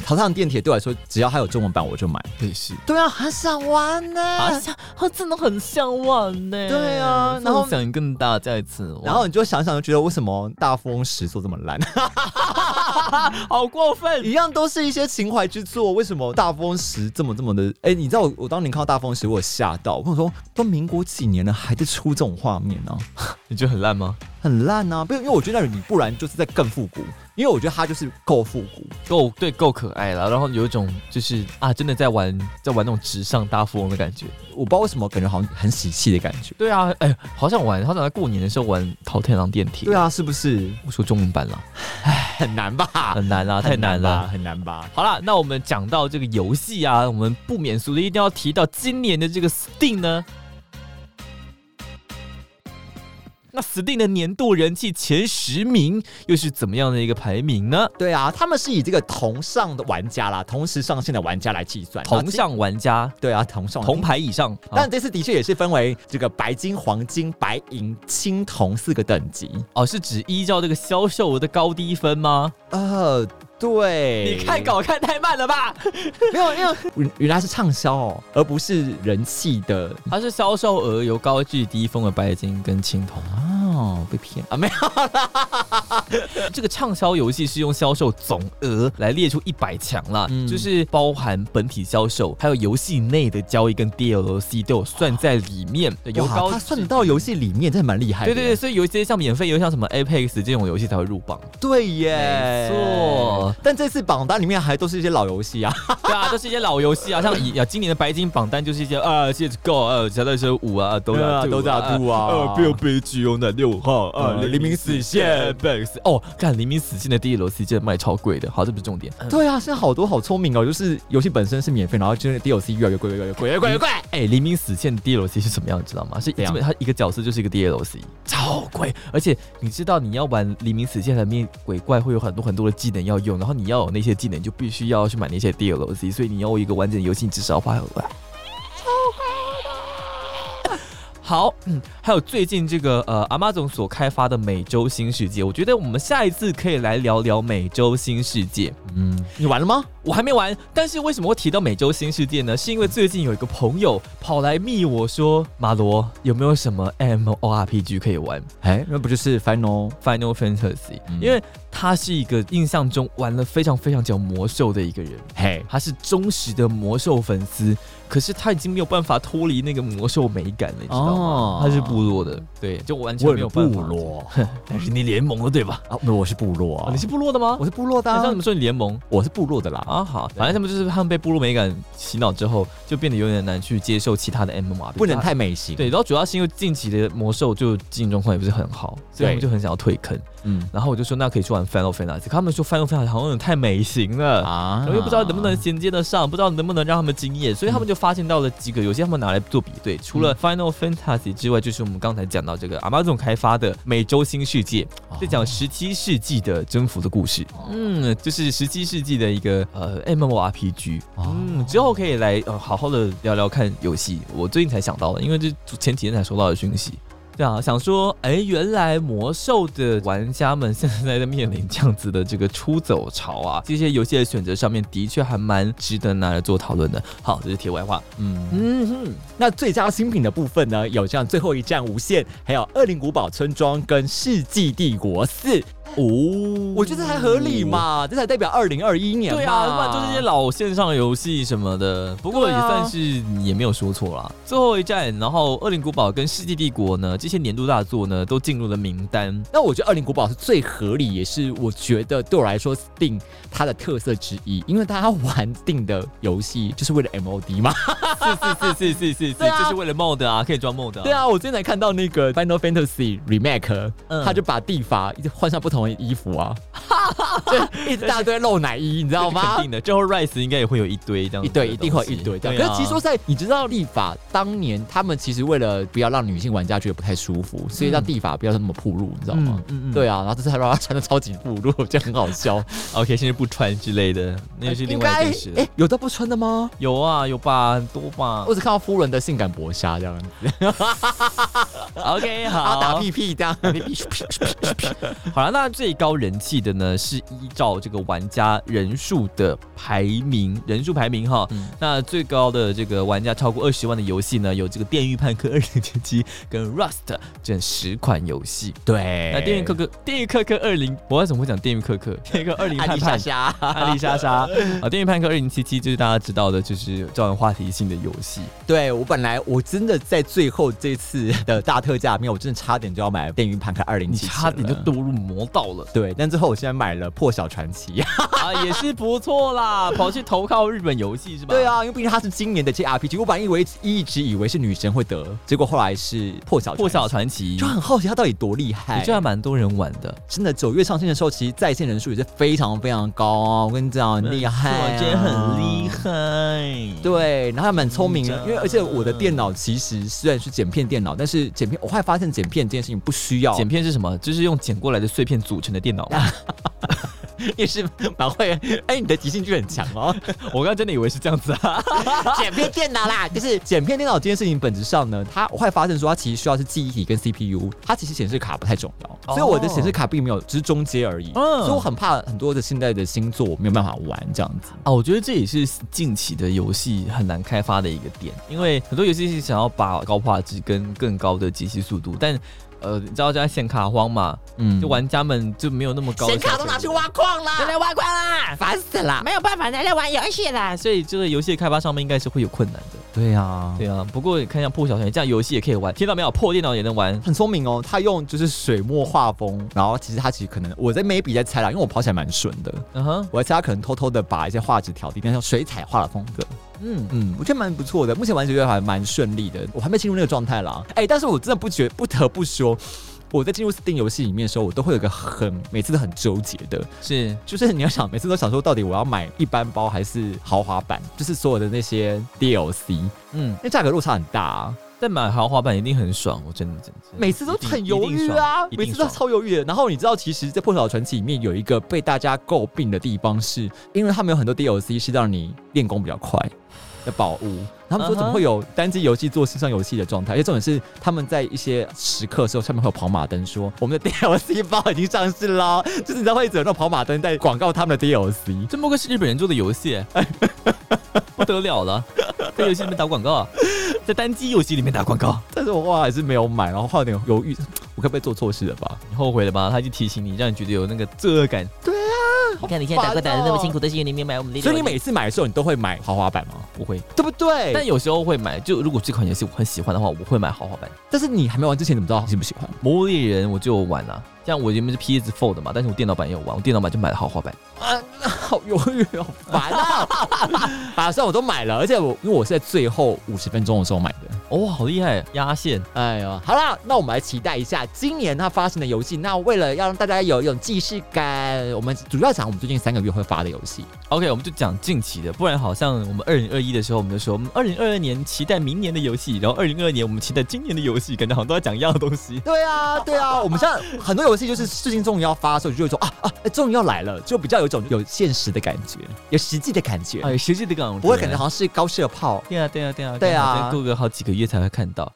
A: 淘上电铁对我来说，只要它有中文版我就买。
B: 对，是。
A: 对啊，很想玩呢、
B: 啊，像啊，真的很向往呢。
A: 对啊
B: 真的
A: 然后
B: 想跟大家一次玩，
A: 然后你就想想，就觉得为什么大富翁十做这么烂？ [laughs]
B: 好过分，
A: 一样都是一些情怀之作，为什么大风石这么这么的？哎、你知道我我当年看到大风石，我有吓到，我跟我说都民国几年了，还在出这种画面呢、啊，
B: 你觉得很烂吗？
A: 很烂啊！不，因为我觉得你不然就是在更复古，因为我觉得它就是够复古，
B: 够对，够可爱了，然后有一种就是啊，真的在玩在玩那种直上大富翁的感觉。
A: 我不知道为什么感觉好像很喜气的感觉。
B: 对啊，哎，好想玩，好想在过年的时候玩淘天狼电梯。
A: 对，啊，是不是
B: 我说中文版了，
A: 很难吧？
B: 很难啊啦，太难
A: 吧，
B: 了。
A: 很难吧？
B: 好了，那我们讲到这个游戏啊，我们不免俗的一定要提到今年的这个 Steam 呢。那 Steam 的年度人气前十名又是怎么样的一个排名呢？
A: 对啊，他们是以这个同上的玩家啦，同时上线的玩家来计算。
B: 同上玩家
A: 对啊，同上
B: 铜牌以上，啊
A: 但这次的确也是分为这个白金、黄金、白银、青铜四个等级。
B: 哦，是指依照这个销售额的高低分吗？
A: 呃，对，
B: 你看稿看太慢了吧？
A: 没有？因为原原来是畅销哦，而不是人气的
B: [laughs] 它是销售额由高至低分为白金跟青铜。
A: 哦，被骗啊！没有，
B: 这个畅销游戏是用销售总额来列出一百强啦，
A: 嗯
B: 就是包含本体销售，还有游戏内的交易跟 DLC 都有算在里面。对，由高
A: 哇他
B: 至
A: 算得到游戏里面，真的蛮厉害
B: 对
A: 的。
B: 对对，所以有一些像免费游戏，像什么 Apex 这种游戏才会入榜。
A: 对耶，
B: 没错。
A: 但这次榜单里面还都是一些老游戏啊，
B: 对啊，都是一些老游戏啊，像以啊今年的白金榜单就是一些啊，Let's Go 啊，小袋蛇五啊，
A: [laughs]
B: 都
A: 对 [laughs]
B: 在
A: 啊都在
B: 啊
A: 度啊
B: 啊，Bill B G O 的六号啊，
A: 嗯
B: 黎明死线 Bex 哦，看黎明死线的第一楼 C 真的卖超贵的，好，这不是重点。
A: 对啊，现在好多好聪明哦，就是游戏本身是免费，然后就是 DLC 越来越贵，越来越贵，越来越贵。
B: 哎，黎明死线的 DLC 是什么样，你知道吗？是基
A: 怎样
B: 本它一个角色就是一个 DLC，超贵。而且你知道你要玩黎明死线里面鬼怪会有很多很多的技能要用，然后你要有那些技能就必须要去买那些 DLC，所以你要有一个完整的游戏，你至少要花好好，嗯，还有最近这个呃阿妈总所开发的美洲新世界，我觉得我们下一次可以来聊聊美洲新世界。
A: 嗯，你玩了吗？
B: 我还没玩，但是为什么会提到美洲新世界呢？是因为最近有一个朋友跑来密我说，马罗有没有什么 M O R P G 可以玩
A: 哎，那不就是 Final？
B: Final Fantasy？、
A: 嗯
B: 因为他是一个印象中玩了非常非常久魔兽的一个人，
A: 嘿，
B: 他是忠实的魔兽粉丝，可是他已经没有办法脱离那个魔兽美感了，你知道吗？
A: 哦
B: 他是部落的，对，就完全
A: 我
B: 没有
A: 有
B: 办
A: 部
B: 法。
A: 落
B: 但是你联盟了，对吧？
A: [laughs] 啊，没有我是部落啊
B: 啊你，是部落的吗？
A: 我是部落的
B: 那
A: 啊
B: 你们说你联盟
A: 我是部落的啦，
B: 啊？好，反正他们就是他们被部落美感洗脑之后，就变得有点难去接受其他的 M M R，
A: 不能太美型。
B: 对。然后主要是因为近期的魔兽就经营状况也不是很好，所以他们
A: 对
B: 就很想要退坑。
A: 嗯
B: 然后我就说那可以去玩 Final Fantasy，可他们说 Final Fantasy 好像有点太美型了。
A: 啊
B: 我又不知道能不能衔接得上，不知道能不能让他们惊艳，所以他们就发现到了几个，有些他们拿来做比对。除
A: 嗯
B: 了 Final Fantasy 之外，就是我们刚才讲到这个 Amazon 开发的《美洲新世界》，
A: 哦
B: 在讲十七世纪的征服的故事。嗯，就是十七世纪的一个呃 MMORPG。
A: 哦
B: 嗯，之后可以来呃好好的聊聊看游戏。我最近才想到的，因为这前几天才收到的讯息。对啊，想说，哎，原来魔兽的玩家们现在在面临这样子的这个出走潮啊，这些游戏的选择上面的确还蛮值得拿来做讨论的。好，这是题外话。
A: 嗯。
B: 嗯哼，
A: 那最佳新品的部分呢，有像《最后一站无限》，还有《恶灵古堡村庄》跟《世纪帝国四》。
B: 哦，
A: 我觉得这才合理。嘛，这才代表二零二一年嘛。
B: 对啊，不然就是这些老线上游戏什么的。不过
A: 对
B: 也
A: 啊
B: 算是也没有说错啦。最后一站，然后《恶灵古堡》跟《世纪帝国》呢，这些年度大作呢，都进入了名单。
A: 那我觉得《二零古堡》是最合理，也是我觉得对我来说 Steam 它的特色之一，因为大家玩 Steam 的游戏就是为了 MOD 嘛。
B: 是是是是是是，
A: 对啊
B: 就是为了 mod 啊，可以装 mod 啊。
A: 对，啊，我之前才看到那个 Final Fantasy Remake，、
B: 嗯
A: 他就把地法一直换上不同的衣服
B: [laughs]
A: 啊，就一大堆露奶衣，你知道吗
B: 肯？定的，最后 Rise 应该也会有一堆这样
A: 一
B: 子的
A: 堆
B: 东西，
A: 一定会有一堆这
B: 对
A: 样。
B: 啊
A: 可是其实说实在，你知道立法当年他们其实为了不要让女性玩家觉得不太舒服，所以让立法不要那么暴露，你知道吗？
B: 嗯
A: 对
B: 啊
A: 啊，然后这次还让他穿的超级暴露，我觉得很好笑。
B: ，OK，现在不穿之类的，那就是另外一件事
A: 应
B: 了
A: 该哎，有到不穿的吗？
B: 有啊，有吧，很多吧
A: 我只看到夫人的性感薄纱这
B: 啊
A: 样，
B: ，OK，
A: 啊
B: 好，
A: 打屁屁这样，
B: 好了，那最高人气的呢，是依照这个玩家人数的排名，人数排名哈。
A: 嗯
B: 那最高的这个玩家超过二十万的游戏呢，有这个《电狱判客二零七七》跟《Rust》这十款游戏。
A: 对，
B: 那《电狱克克》《电狱克克二零》，我为什么会讲《电狱克克》？《电狱克克二零
A: 安
B: 判
A: 迪
B: 判
A: 莎》莎，
B: 艾丽莎莎啊，《电锯判客二零七七》就是大家知道的，就是造成话题性的游戏。
A: 对我本来我真的在最后这次的大特价里面，我真的差点就要买《电锯盘克二零
B: 你
A: 七》，
B: 差点就堕入魔道了
A: 对，但最后我现在买了《破晓传奇》。
B: [laughs] 啊，也是不错啦，跑去投靠日本游戏是吧？
A: 对，啊，因为毕竟它是今年的 JRPG，我本来以为一直以为是女神会得，结果后来是破晓
B: 破晓
A: 传
B: 传奇
A: 奇，就很好奇它到底多厉害
B: 也。就还蛮多人玩的，
A: 真的九月上线的时候，其实在线人数也是非常非常高哦，我跟你讲，
B: 嗯
A: 很厉害、啊
B: 我觉得啊很厉。害。
A: 对，然后还蛮聪明
B: 真
A: 的，
B: 的
A: 因为而且我的电脑其实虽然是剪片电脑，但是剪片我后来发现剪片这件事情不需要，
B: 剪片是什么？就是用剪过来的碎片组成的电脑。 [laughs]
A: [laughs] 也是蛮会。哎，你的即兴剧很强哦。
B: 我刚刚真的以为是这样子啊。
A: 剪片 [laughs] 电脑啦，就是剪片电脑这件事情本质上呢，它我后来发现说，它其实需要是记忆体跟 CPU，它其实显示卡不太重要，
B: 哦
A: 所以我的显示卡并没有，只是中阶而已。
B: 嗯
A: 所以我很怕很多的现在的星座我没有办法玩这样子。
B: 啊，我觉得这也是近期的游戏很难开发的一个点，因为很多游戏是想要把高画质跟更高的解析速度，但呃，你知道在显卡荒嘛，
A: 嗯
B: 就玩家们就没有那么高的
E: 显卡
B: 消
E: 都
B: 费
E: 拿去
B: 力
E: 挖矿了，
B: 来挖矿啊啦，
A: 烦死了。
E: 没有办法拿来玩游戏啦。
B: 所以这个游戏的开发上面应该是会有困难的。
A: 对啊，
B: 对啊，不过你看一下破晓小姐这样游戏也可以玩，听到没有？破电脑也能 [laughs] 玩。
A: 很聪明哦，他用就是水墨画风，然后其实他其实可能我在 maybe 在猜啦，因为我跑起来蛮顺的，
B: 嗯哼，
A: 我在猜他可能偷偷的把一些画质调低，但是用水彩画的风格。
B: 嗯，
A: 嗯，我觉得蛮不错的，目前玩起来还蛮顺利的，我还没进入那个状态啦。哎、但是我真的不觉不得不说。我在进入 Steam 游戏里面的时候，我都会有一个很每次都很纠结的，
B: 是
A: 就是你要想每次都想说，到底我要买一般包还是豪华版，就是所有的那些 DLC，因
B: 嗯，
A: 为价格落差很大、啊，
B: 但买豪华版一定很爽，我真的真的真的
A: 每次都
B: 一定
A: 很犹豫啊，
B: 一定爽一定
A: 每次都
B: 爽
A: 超犹豫的。然后你知道，其实，在《破晓传奇》里面有一个被大家诟病的地方是，因为他们有很多 DLC 是让你练功比较快，的宝物。他们说怎么会
B: 啊
A: 有单机游戏做线上游戏的状态？而且重点是他们在一些时刻的时候，上面会有跑马灯说我们的 [laughs] DLC 包已经上市啦，就是你知道会一直有那种跑马灯在广告他们的 DLC。
B: 这莫哥是日本人做的游戏，哎 [laughs] 不得了了，在游戏里面打广告，啊在单机游戏里面打广告，
A: 但是我后来还是没有买，然后后来有点犹豫，我该不会做错事了吧？
B: 你后悔了吧？他已经提醒你，让你觉得有那个罪恶感。
E: 你看你现在打怪打的那么辛苦，但是你没有买我们的。
A: 所以你每次买哎的时候，你都会买豪华版吗？
B: 不会，
A: 对不对？
B: 但
A: 但
B: 有时候会买。就如果这款游戏我很喜欢的话，我会买豪华版。
A: 但是你还没玩之前，怎么知道喜不喜欢？
B: 《魔物猎人》我就有玩啦、像我原本是 PS4 的嘛，但是我电脑版也有玩，我电脑版就买了豪华版。
A: 啊 [laughs] 好犹豫哦，好烦 [laughs] 啊！把算我都买了，而且我因为我是在最后五十分钟的时候买的。
B: 哦，好厉害，压线！
A: 哎呀，好啦，那我们来期待一下今年它发行的游戏。那为了要让大家有一种既视感，我们主要讲我们最近三个月会发的游戏。
B: OK，我们就讲近期的，不然好像我们二零二一的时候，我们就说我嗯们二零二二年期待明年的游戏，然后二零二二年我们期待今年的游戏，感觉好像都在讲一样的东
A: [laughs]
B: 西。
A: 对啊，对啊，我们现在很多游戏就是事情终于要发的时候，你就会说啊啊，哎终于要来了，就比较有一种有现实的感觉，有实际的感觉，
B: 哎，实际的感觉，
A: 不会感觉好像是高射炮。
B: 对啊，对啊，对啊，
A: 对啊
B: 好像过个好几个月才会看到。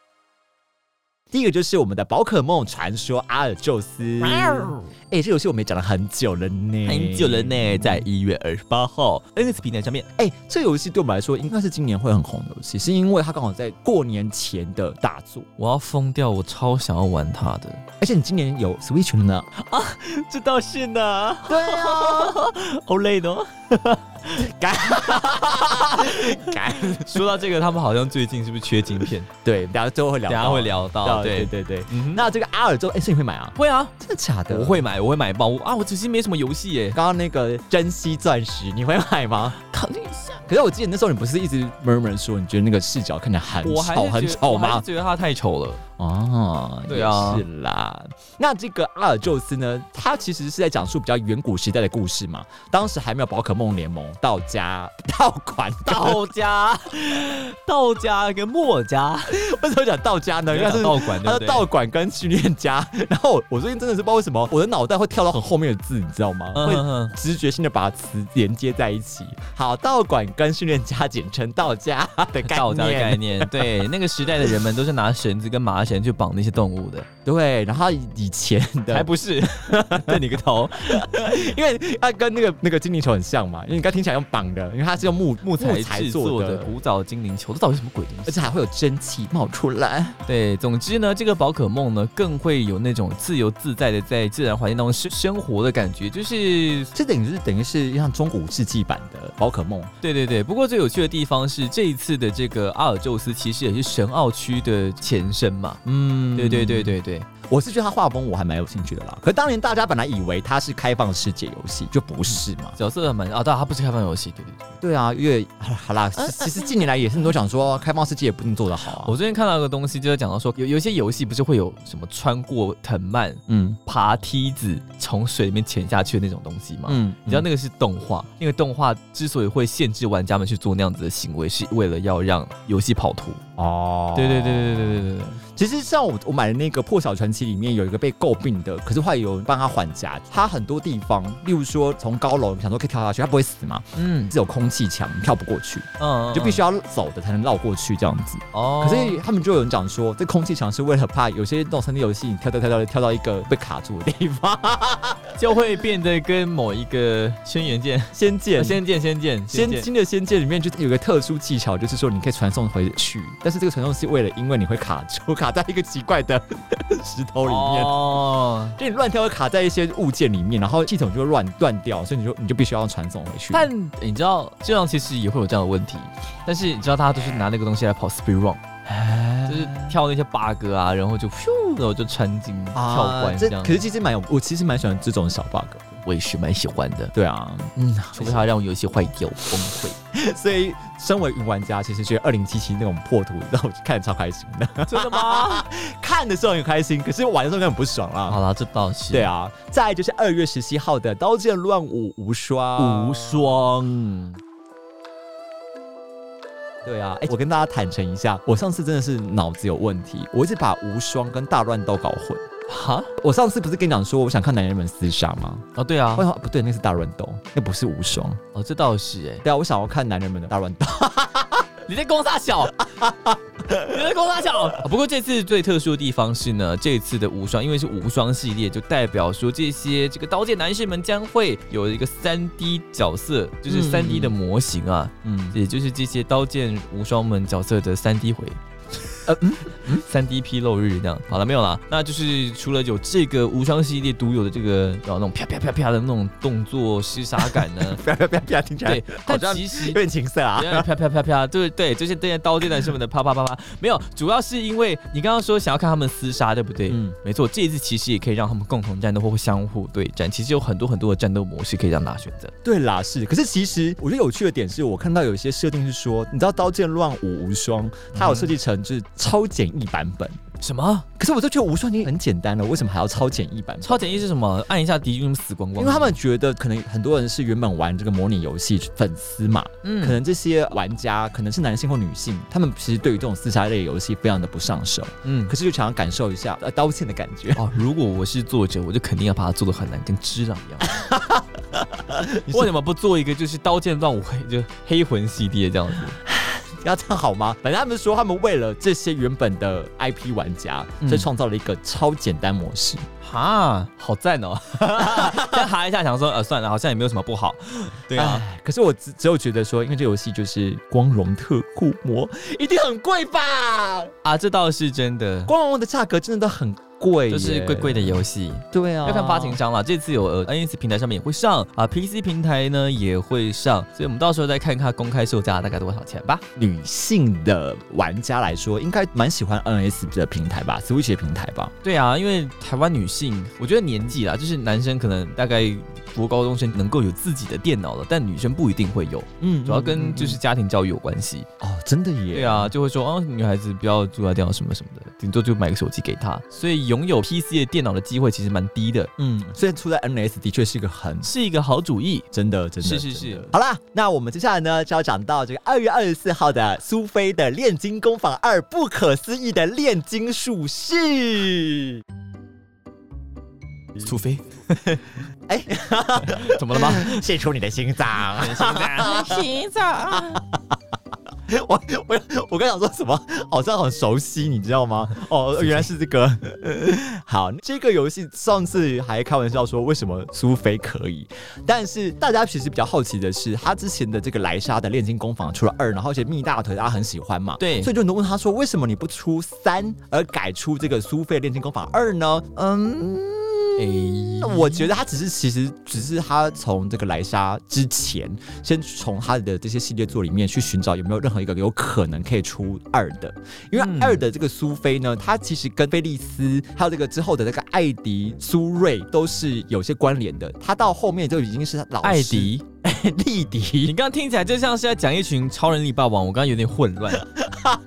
A: 第一个就是我们的宝可梦传说阿尔宙斯，
E: 哇
A: 哎、
E: 哦
A: 这游戏我们也讲了很久了呢，
B: 很久了。呢，在一月二十八号 NS 平台上面。
A: 哎、这游戏对我们来说应该是今年会很红的游戏，是因为它刚好在过年前的大作，
B: 我要疯掉，我超想要玩它的。
A: 而且你今年有 Switch 了呢。
B: [laughs] 这倒是呢， [laughs]
A: 对啊， [laughs]
B: 好累的、哦。
A: 干
B: [laughs] 说到这个，他们好像最近是不是缺晶 [laughs] 片？
A: 对，等下最后会聊
B: 等
A: 到，
B: 下会聊到，
A: 对
B: 对。
A: 对对。
B: 嗯哼
A: 那这个阿尔宙，哎、是你会买啊？
B: 会啊，
A: 真的假的？
B: 我。会买，我会买爆啊！我只是没什么游戏耶，
A: 刚刚那个珍惜钻石，你会买吗？
E: 考虑一下。
A: 可是我记得那时候你不是一直 murmur 说你觉得那个视角看起来很
B: 我还是
A: 丑很
B: 觉得
A: 丑
B: 我还
A: 吗
B: 是？觉得它太丑了。
A: 哦，
B: 对啊
A: 也是啦。那这个阿尔宙斯呢，它其实是在讲述比较远古时代的故事嘛。当时还没有宝可梦联盟、道家、 [laughs] 道馆、道，
B: 道家， [laughs] 道家跟墨家，
A: [laughs]
B: 呃
A: 为什么讲道家
B: [laughs]
A: 呢？因为它是
B: 道馆对
A: 它
B: 不
A: 的
B: 对？
A: 道馆跟训练家。 [laughs] 然后我最近真的是不知道为什么，我的脑袋会跳到很后面的字，你知道吗？
B: 嗯
A: 会
B: 嗯嗯
A: 直觉性的把词连接在一起。好，道馆跟训练家简称道家的概念。
B: 道家的概念，对，那个时代的人们都是拿绳子跟麻绳去绑那些动物的，
A: 对，然后以前的
B: 还不是？ [laughs] 对你个 [laughs] 头！
A: 因为它跟那个那个精灵球很像嘛，因为你刚听起来用绑的，因为它是用木木材
B: 制
A: 做
B: 作的古早精灵球，这到底什么鬼东西
A: 而？且还会有蒸汽冒出来。
B: 对，呃总之呢，这个宝可梦呢，更会有那种自由自在的在自然环境当中生生活的感觉，就是
A: 这等于是等于是像中古世纪版的宝可梦，
B: 对对对。不过最有趣的地方是，这一次的这个阿尔宙斯其实也是神奥区的前身嘛。
A: 嗯
B: 对对对，对对，
A: 我是觉得它画风我还蛮有兴趣的啦。可当年大家本来以为它是开放世界游戏，就不是嘛。
B: 角色还蛮啊，当然它不是开放游戏，对对对。
A: 对啊，因为好啦好啦，
B: 啊
A: 其其实近年来也是很多想说开放世界也不一定做得好啊。
B: 我最近看到一个东西，就是讲到说，有有一些游戏不是会有什么穿过藤蔓、
A: 嗯
B: 爬梯子、从水里面潜下去的那种东西吗？
A: 嗯，
B: 你知道那个是动画，那个动画之所以会限制玩家们去做那样子的行为，是为了要让游戏跑图。
A: 哦
B: 对对对对对对对对，
A: 其实像我我买的那个《破晓传奇》里面有一个被诟病的，可是后来有人帮他缓夹。他很多地方，例如说从高楼，你想说可以跳下去，他不会死嘛？
B: 嗯
A: 是有空气墙，你跳不过去，
B: 嗯
A: 你就必须要走的才能绕过去这样子。
B: 哦
A: 可是他们就有人讲说，这空气墙是为了怕有些那种三 D 游戏，你跳跳跳跳跳到一个被卡住的地方，
B: 就会变得跟某一个轩辕剑、呃
A: 仙剑。
B: [laughs] 仙剑、仙剑、
A: 仙
B: 剑。
A: 新的仙剑里面就有个特殊技巧，就是说你可以传送回去，但是这个传送是为了因为你会卡住， [laughs] 卡在一个奇怪的石头里面。
B: 哦，
A: 就你乱跳会卡在一些物件里面，然后系统就会乱断掉，所以你就你就必须要传送回去。
B: 但你知道这样其实也会有这样的问题，但是你知道大家都是拿那个东西来跑 speed run，就是跳那些 bug 啊，然后就咻，然后就穿进跳关啊这
A: 啊这
B: 样。
A: 可是其实蛮有，我其实蛮喜欢这种小 bug 的。
B: 我也是蛮喜欢的，
A: 对啊，嗯，
B: 除非它让我游戏坏掉崩溃。
A: 所以身为云玩家，其实觉得二零七七那种破图，让我看得超开心 [laughs] 的。
B: 真的吗？
A: 看的时候很开心，可是玩的时候根本不爽啦。
B: [laughs] 好啦，这倒是
A: 对，啊，再来就是二月十七号的《刀剑乱舞无双》。
B: 无双。
A: 对啊，哎、我跟大家坦诚一下，我上次真的是脑子有问题，我一直把无双跟大乱斗搞混。
B: 哈？
A: 我上次不是跟你讲说我想看男人们厮杀吗？
B: 哦，对啊
A: 我，想不对，那是大乱斗，那不是无双。
B: 哦，这倒是哎、 [laughs]
A: 对啊，我想要看男人们的大乱斗。
B: 你在攻大 [laughs] 小，你在哎攻大小。哦不过这次最特殊的地方是呢，这次的无双，因为是无双系列，就代表说这些这个刀剑男士们将会有一个三 D 角色，就是
E: 嗯
B: 三 D 的模型啊，
A: 嗯，
B: 也就是这些刀剑无双们角色的三 D 回。
A: 呃嗯，
B: 三 D 披露日这样，好了没有啦？那就是除了有这个无双系列独有的这个，然后那种啪啪啪啪的那种动作厮杀感呢
A: [laughs]
B: [laughs]
A: 不要不要不要不要，听起来
B: 对，但
A: 像
B: 其实
A: 有点情色啊。
B: 对啪啪啪啪，对对，就是这些刀剑男士们的啪啪啪啪，没有，主要是因为你刚刚说想要看他们厮杀，对不对？
A: 嗯
B: 没错，这一次其实也可以让他们共同战斗或相互对战，其实有很多很多的战斗模式可以让大家选择。
A: 对啦，是。可是其实我觉得有趣的点是我看到有一些设定是说，你知道《刀剑乱舞无双》，它有设计成就是超简易版本。
B: 什么？
A: 可是我就觉得无双已经很简单了，为什么还要超简易版本？
B: 超简易是什么？按一下敌军死光光。
A: 因为他们觉得可能很多人是原本玩这个模拟游戏粉丝嘛，可
B: 嗯
A: 能这些玩家可能是男性或女性，他们其实对于这种厮杀类游戏非常的不上手，
B: 嗯
A: 可。是就想要感受一下呃刀剑的感觉。
B: 哦，如果我是作者，我就肯定要把它做的很难，跟知朗一样。
A: 是
B: 为什么不做一个就是刀剑乱舞黑就黑魂系列这样子？
A: [laughs] 要这样好吗？反正他们说他们为了这些原本的 IP 玩家，
B: 嗯
A: 所以创造了一个超简单模式。
B: 哈，好赞哦！ [laughs] 再哈一下，想说呃算了，好像也没有什么不好。对啊，
A: 唉，可是我只只有觉得说，因为这游戏就是光荣特库模，一定很贵吧？
B: 啊，这倒是真的，
A: 光荣的价格真的都很贵，
B: 就是贵贵的。游戏。
A: 对啊，
B: 要看发行商啦，这次有呃 NS 平台上面也会上啊，PC 平台呢也会上，所以我们到时候再看看公开售价大概多少钱吧。
A: 女性的玩家来说，应该蛮喜欢 NS 的平台吧，Switch 的平台吧。
B: 对啊，因为台湾女性，我觉得年纪啦，就是男生可能大概国高中生能够有自己的电脑了，但女生不一定会有，
A: 嗯
B: 主要跟就是家庭教育有关系。
A: 哦，真的耶。
B: 对，啊，就会说哦，女孩子不要住在电脑什么什么的，顶多就买个手机给她。所以拥有 PC 的电脑的机会其实蛮低的，
A: 嗯，所以出在 NS 的确是一个很
B: 是一个好主意。
A: 真的，真的
B: 是
A: 真
B: 是
A: 的
B: 是
A: 好啦，那我们接下来呢，就要讲到这个二月二十四号的苏菲的《炼金工坊二：不可思议的炼金术士》。
B: 苏 [laughs] 菲，
A: 哎，
B: [laughs] 怎么了吗？
A: [laughs] 献出你的心脏。
E: 洗澡，
A: [laughs] 我我我刚想说什么，好像很熟悉，你知道吗？哦，原来是这个。 [laughs] 好，这个游戏上次还开玩笑说为什么苏菲可以，但是大家其实比较好奇的是，他之前的这个莱莎的炼金工坊出了二，然后而且蜜大腿大家很喜欢嘛，
B: 对
A: 所以就能问他说为什么你不出三，而改出这个苏菲炼金工坊二呢？嗯。
B: 哎，
A: 我觉得他只是，其实只是他从这个莱莎之前，先从他的这些系列作里面去寻找有没有任何一个有可能可以出二的，因为
B: 嗯
A: 二的这个苏菲呢，她其实跟菲利斯还有这个之后的那个艾迪、苏瑞都是有些关联的。她到后面就已经是老师
B: 艾迪，
A: [laughs] 丽
B: 你
A: 迪，
B: 刚刚听起来就像是在讲一群超人力霸王，我刚刚有点
A: [laughs]
B: 混乱。
A: 啊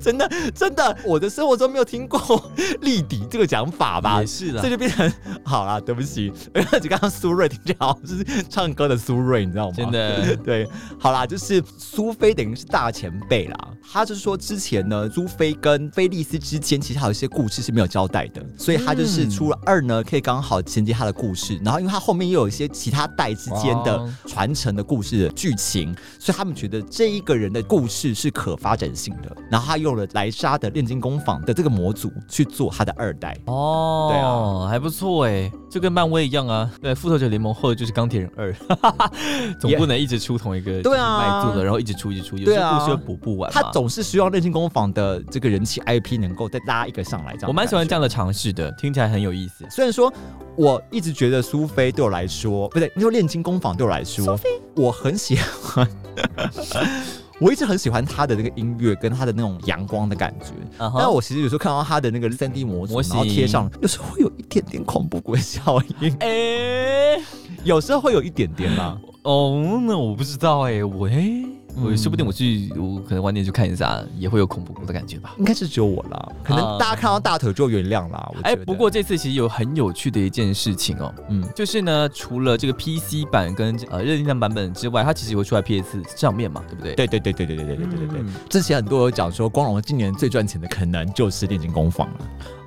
A: 真的真的，我的生活中没有听过 [laughs] 丽迪这个讲法吧？
B: 也是啊啦
A: 这，就变成好啦，对不起， [laughs] 而且刚刚苏瑞听起来好像是唱歌的苏瑞，你知道吗？
B: 真的
A: 对，好啦，就是苏菲等于是大前辈啦。他就是说之前呢，苏菲跟菲利斯之间其实还有一些故事是没有交代的，所以他
B: 嗯
A: 就是出了二呢，可以刚好衔接他的故事。然后因为他后面又有一些其他代之间的
B: 哇哦
A: 传承的故事的剧情，所以他们觉得这一个人的故事是可发展性的。然后他用了莱莎的炼金工坊的这个模组去做他的二代。
B: 哦，还不错哎，就跟漫威一样啊。对，复仇者联盟后就是钢铁人二，哈哈哈， [laughs] 总不能一直出同一个
A: 对啊
B: 就是卖座的，然后一直出一直出，有
A: 对
B: 些
A: 啊
B: 故事又补不完嘛。
A: 他总是希望炼金工坊的这个人气 IP 能够再拉一个上来，这样。
B: 我蛮喜欢这
A: 样。
B: 样的尝试的，听起来很有意思。
A: 虽然说我一直觉得苏菲对我来说，不对，你说炼金工坊对我来说，我很喜欢， [laughs] 我一直很喜欢他的那个音乐跟他的那种阳光的感觉。
B: 嗯
A: 但
B: 哼，
A: 我其实有时候看到他的那个三 D 模组，
B: 模
A: 然
B: 型
A: 后贴上，有时候会有一点点恐怖鬼效
B: [laughs]
A: 应，
B: 哎，
A: 有时候会有一点点啦、
B: 哦，那我不知道哎，我哎，我
A: 嗯
B: 说不定我去，我可能晚点去看一下，也会有恐怖谷的感觉吧。
A: 应该是只有我啦，可能
B: 啊
A: 大家看到大腿就原谅啦。我
B: 哎，
A: 觉得
B: 不过，这次其实有很有趣的一件事情哦，
A: 嗯，
B: 就是呢，除了这个 PC 版跟呃任天堂版本之外，它其实有出来 PS 上面嘛，对不对？
A: 对对对对对对对对对对对
B: 嗯
A: 之前很多有讲说，光荣今年最赚钱的可能就是炼金工坊了。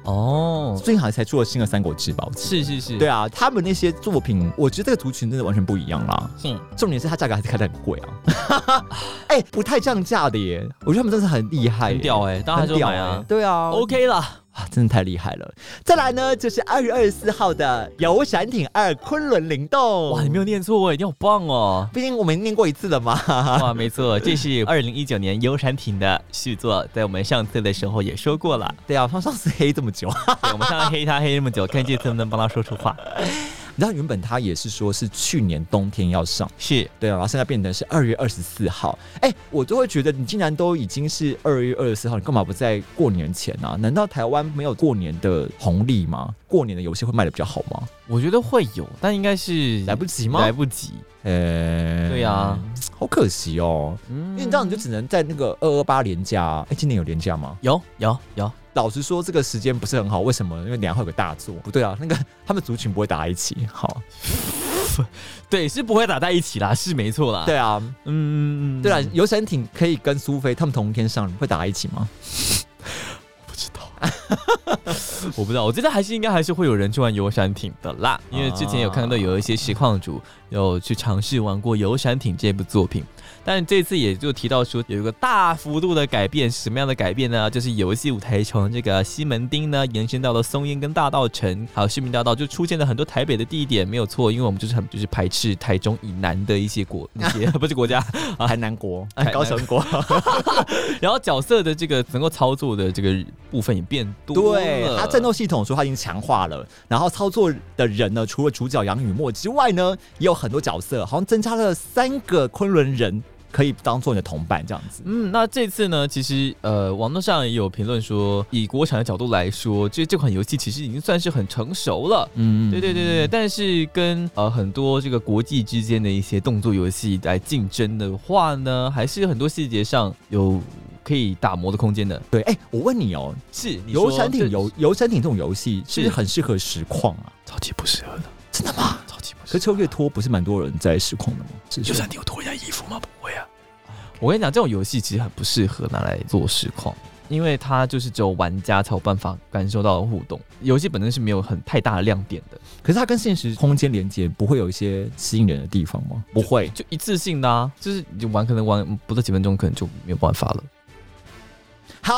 B: 哦，
A: 最近好像才出了新的《三国志》吧？我记得
B: 是是是，
A: 对
B: 啊，
A: 啊，他们那些作品，我觉得这个族群真的完全不一样啦。
B: 嗯
E: 是
A: 重点是它价格还是开的很贵啊， [laughs] 哎、不太降价的耶。我觉得他们真的是很厉害耶，
B: 很屌哎、大家
A: 很
B: 就
A: 屌
B: 买啊
A: 耶对啊
B: ，OK 啦，
A: 啊，真的太厉害了。再来呢，就是二月二十四号的《游闪艇二：昆仑灵动》。
B: 哇，你没有念错哎，你好棒哦。
A: 毕竟我们念过一次了嘛。 [laughs]
B: 哇，没错，这 [laughs] 是二零一九年游闪艇的续作，在我们上次的时候也说过了。
A: 对啊，他上次黑这么久，
B: 对我们上次黑他黑那么久，看这次能不能帮他说出话。
A: 你知道原本他也是说是去年冬天要上，
B: 是，
A: 对啊，然后现在变成是二月二十四号。哎、我就会觉得你竟然都已经是二月二十四号，你干嘛不在过年前啊？难道台湾没有过年的红利吗？过年的游戏会卖的比较好吗？
B: 我觉得会有，但应该是
A: 来不及吗
B: 来不及，
A: 呃、
B: 对啊，嗯
A: 好可惜哦，因为你知道你就只能在那个二二八连假、哎、今年有连假吗？
B: 有有有，
A: 老实说，这个时间不是很好，为什么？因为两会有个大作，不对啊，那个他们族群不会打在一起。好，
B: 对，是不会打在一起啦，是没错啦。，
A: 对啊，
B: 嗯，
A: 对啊，游神艇可以跟苏菲他们同一天上，会打在一起吗？
B: 我不知道，我觉得还是应该还是会有人去玩游闪艇的
A: 啊
B: 啦，因为之前有看到有一些实况主有去尝试玩过游闪艇这部作品，但这次也就提到说有一个大幅度的改变，什么样的改变呢？就是游戏舞台从这个西门町呢延伸到了松烟跟大道城，还有市民大道，就出现了很多台北的地点，没有错，因为我们就是很就是排斥台中以南的一些国那些 [laughs] 不是国家，
A: 台南国、
B: 台南
A: 哎高雄国，
B: 然后角色的这个能够操作的这个部分也变多了，
A: 对，它战斗系统说它已经强化了，然后操作的人呢，除了主角杨雨墨之外呢，也有很多角色，好像增加了三个昆仑人可以当做你的同伴这样子。
B: 嗯，那这次呢，其实呃，网络上也有评论说，以国产的角度来说，这这款游戏其实已经算是很成熟了。
A: 嗯，
B: 对对对对，但是跟呃很多这个国际之间的一些动作游戏来竞争的话呢，还是有很多细节上有可以打磨的空间的。
A: 对，哎、我问你哦，
B: 是，你
A: 游
B: 说
A: 山艇
B: 这
A: 游游山艇这种游戏是不
B: 是
A: 是很适合实况啊？
B: 超级不适合的，
A: 真的吗？
B: 超级不
A: 可是秋月托不是蛮多人在实况的吗？是是
B: 艇有脱下衣服吗？不会啊。我跟你讲，这种游戏其实很不适合拿来做实况，因为它就是只有玩家才有办法感受到互动。游戏本身是没有很太大的亮点的，
A: 可是它跟现实空间连接不会有一些吸引人的地方吗？不会，
B: 就一次性的啊，就是你就玩可能玩不到几分钟，可能就没有办法了。
A: 好，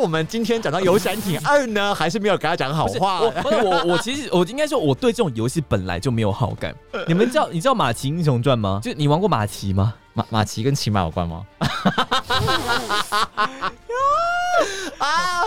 A: 我们今天讲到《游闪艇二》呢，还是没有给他讲好
B: 不是
A: 话。
B: 我不是我我其实我应该说我对这种游戏本来就没有好感。你们知道你知道《马奇英雄传》吗？就你玩过马奇吗？
A: 马马奇跟骑马有关吗？ [laughs] 啊，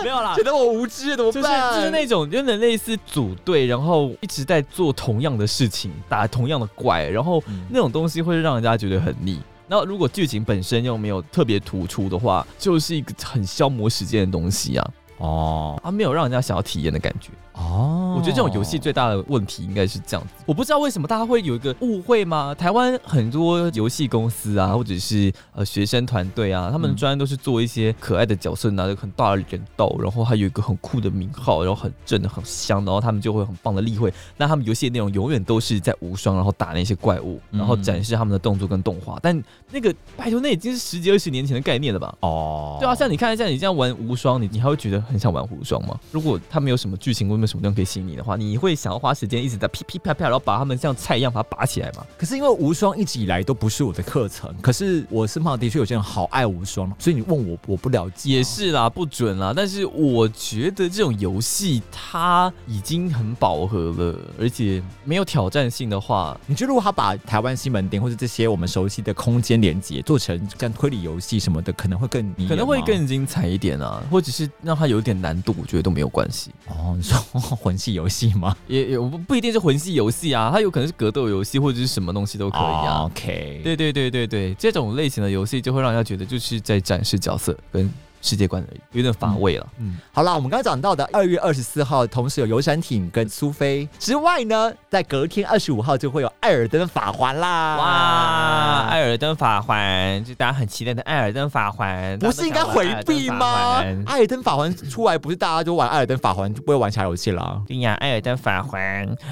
B: [laughs] 没有啦
A: 觉得我无知怎么
B: 就
A: 办？
B: 是就是那种有点类似组队，然后一直在做同样的事情，打同样的怪，然后
A: 嗯
B: 那种东西会让人家觉得很腻。那如果剧情本身又没有特别突出的话，就是一个很消磨时间的东西啊，
A: 哦
B: 啊，没有让人家想要体验的感觉。
A: 哦
B: 我觉得这种游戏最大的问题应该是这样子，我不知道为什么大家会有一个误会吗？台湾很多游戏公司啊，或者是呃学生团队啊，他们
A: 嗯
B: 专然都是做一些可爱的角色，拿着很大的人道，然后还有一个很酷的名号，然后很正很香，然后他们就会有很棒的例会。那他们游戏的内容永远都是在无双，然后打那些怪物，然后展示他们的动作跟动画。但那个拜托，那已经是十几二十年前的概念了吧？
A: 哦
B: 对啊，像你看，像你这样玩无双，你你还会觉得很想玩无双吗？如果它没有什么剧情，或者没有什么东西可以吸引你的话，你会想要花时间一直在噼噼啪啪，然后把他们像菜一样把它拔起来吗？
A: 可是因为无双一直以来都不是我的课程，可是我身旁的确有些人好爱无双，所以你问我，我不了解。啊
B: 也是啦，不准啦。但是我觉得这种游戏它已经很饱和了，而且没有挑战性的话，
A: 你觉得如果他把台湾西门町或者这些我们熟悉的空间连接做成像推理游戏什么的，可能会更迷人吗
B: 可能会更精彩一点啊，或者是让它有点难度，我觉得都没有关系。
A: 哦，你说 [laughs] 魂系游戏吗？
B: 也也不不一定是魂系游戏啊，它有可能是格斗游戏或者是什么东
A: 哦
B: 西都可以啊。
A: o k
B: 对对对对对，这种类型的游戏就会让人家觉得就是在展示角色跟世界观而已，有点乏味了。
A: 嗯，好啦，我们刚刚讲到的二月二十四号，同时有游闪艇跟苏菲之外呢，在隔天二十五号就会有艾尔登法环啦。
B: 哇，艾尔登法环，就大家很期待的艾尔登法环，
A: 不是应该回避吗？艾尔登法环出来，不是大家就玩艾尔登法环，就不会玩其他游戏啦。
B: 对呀，艾尔登法环。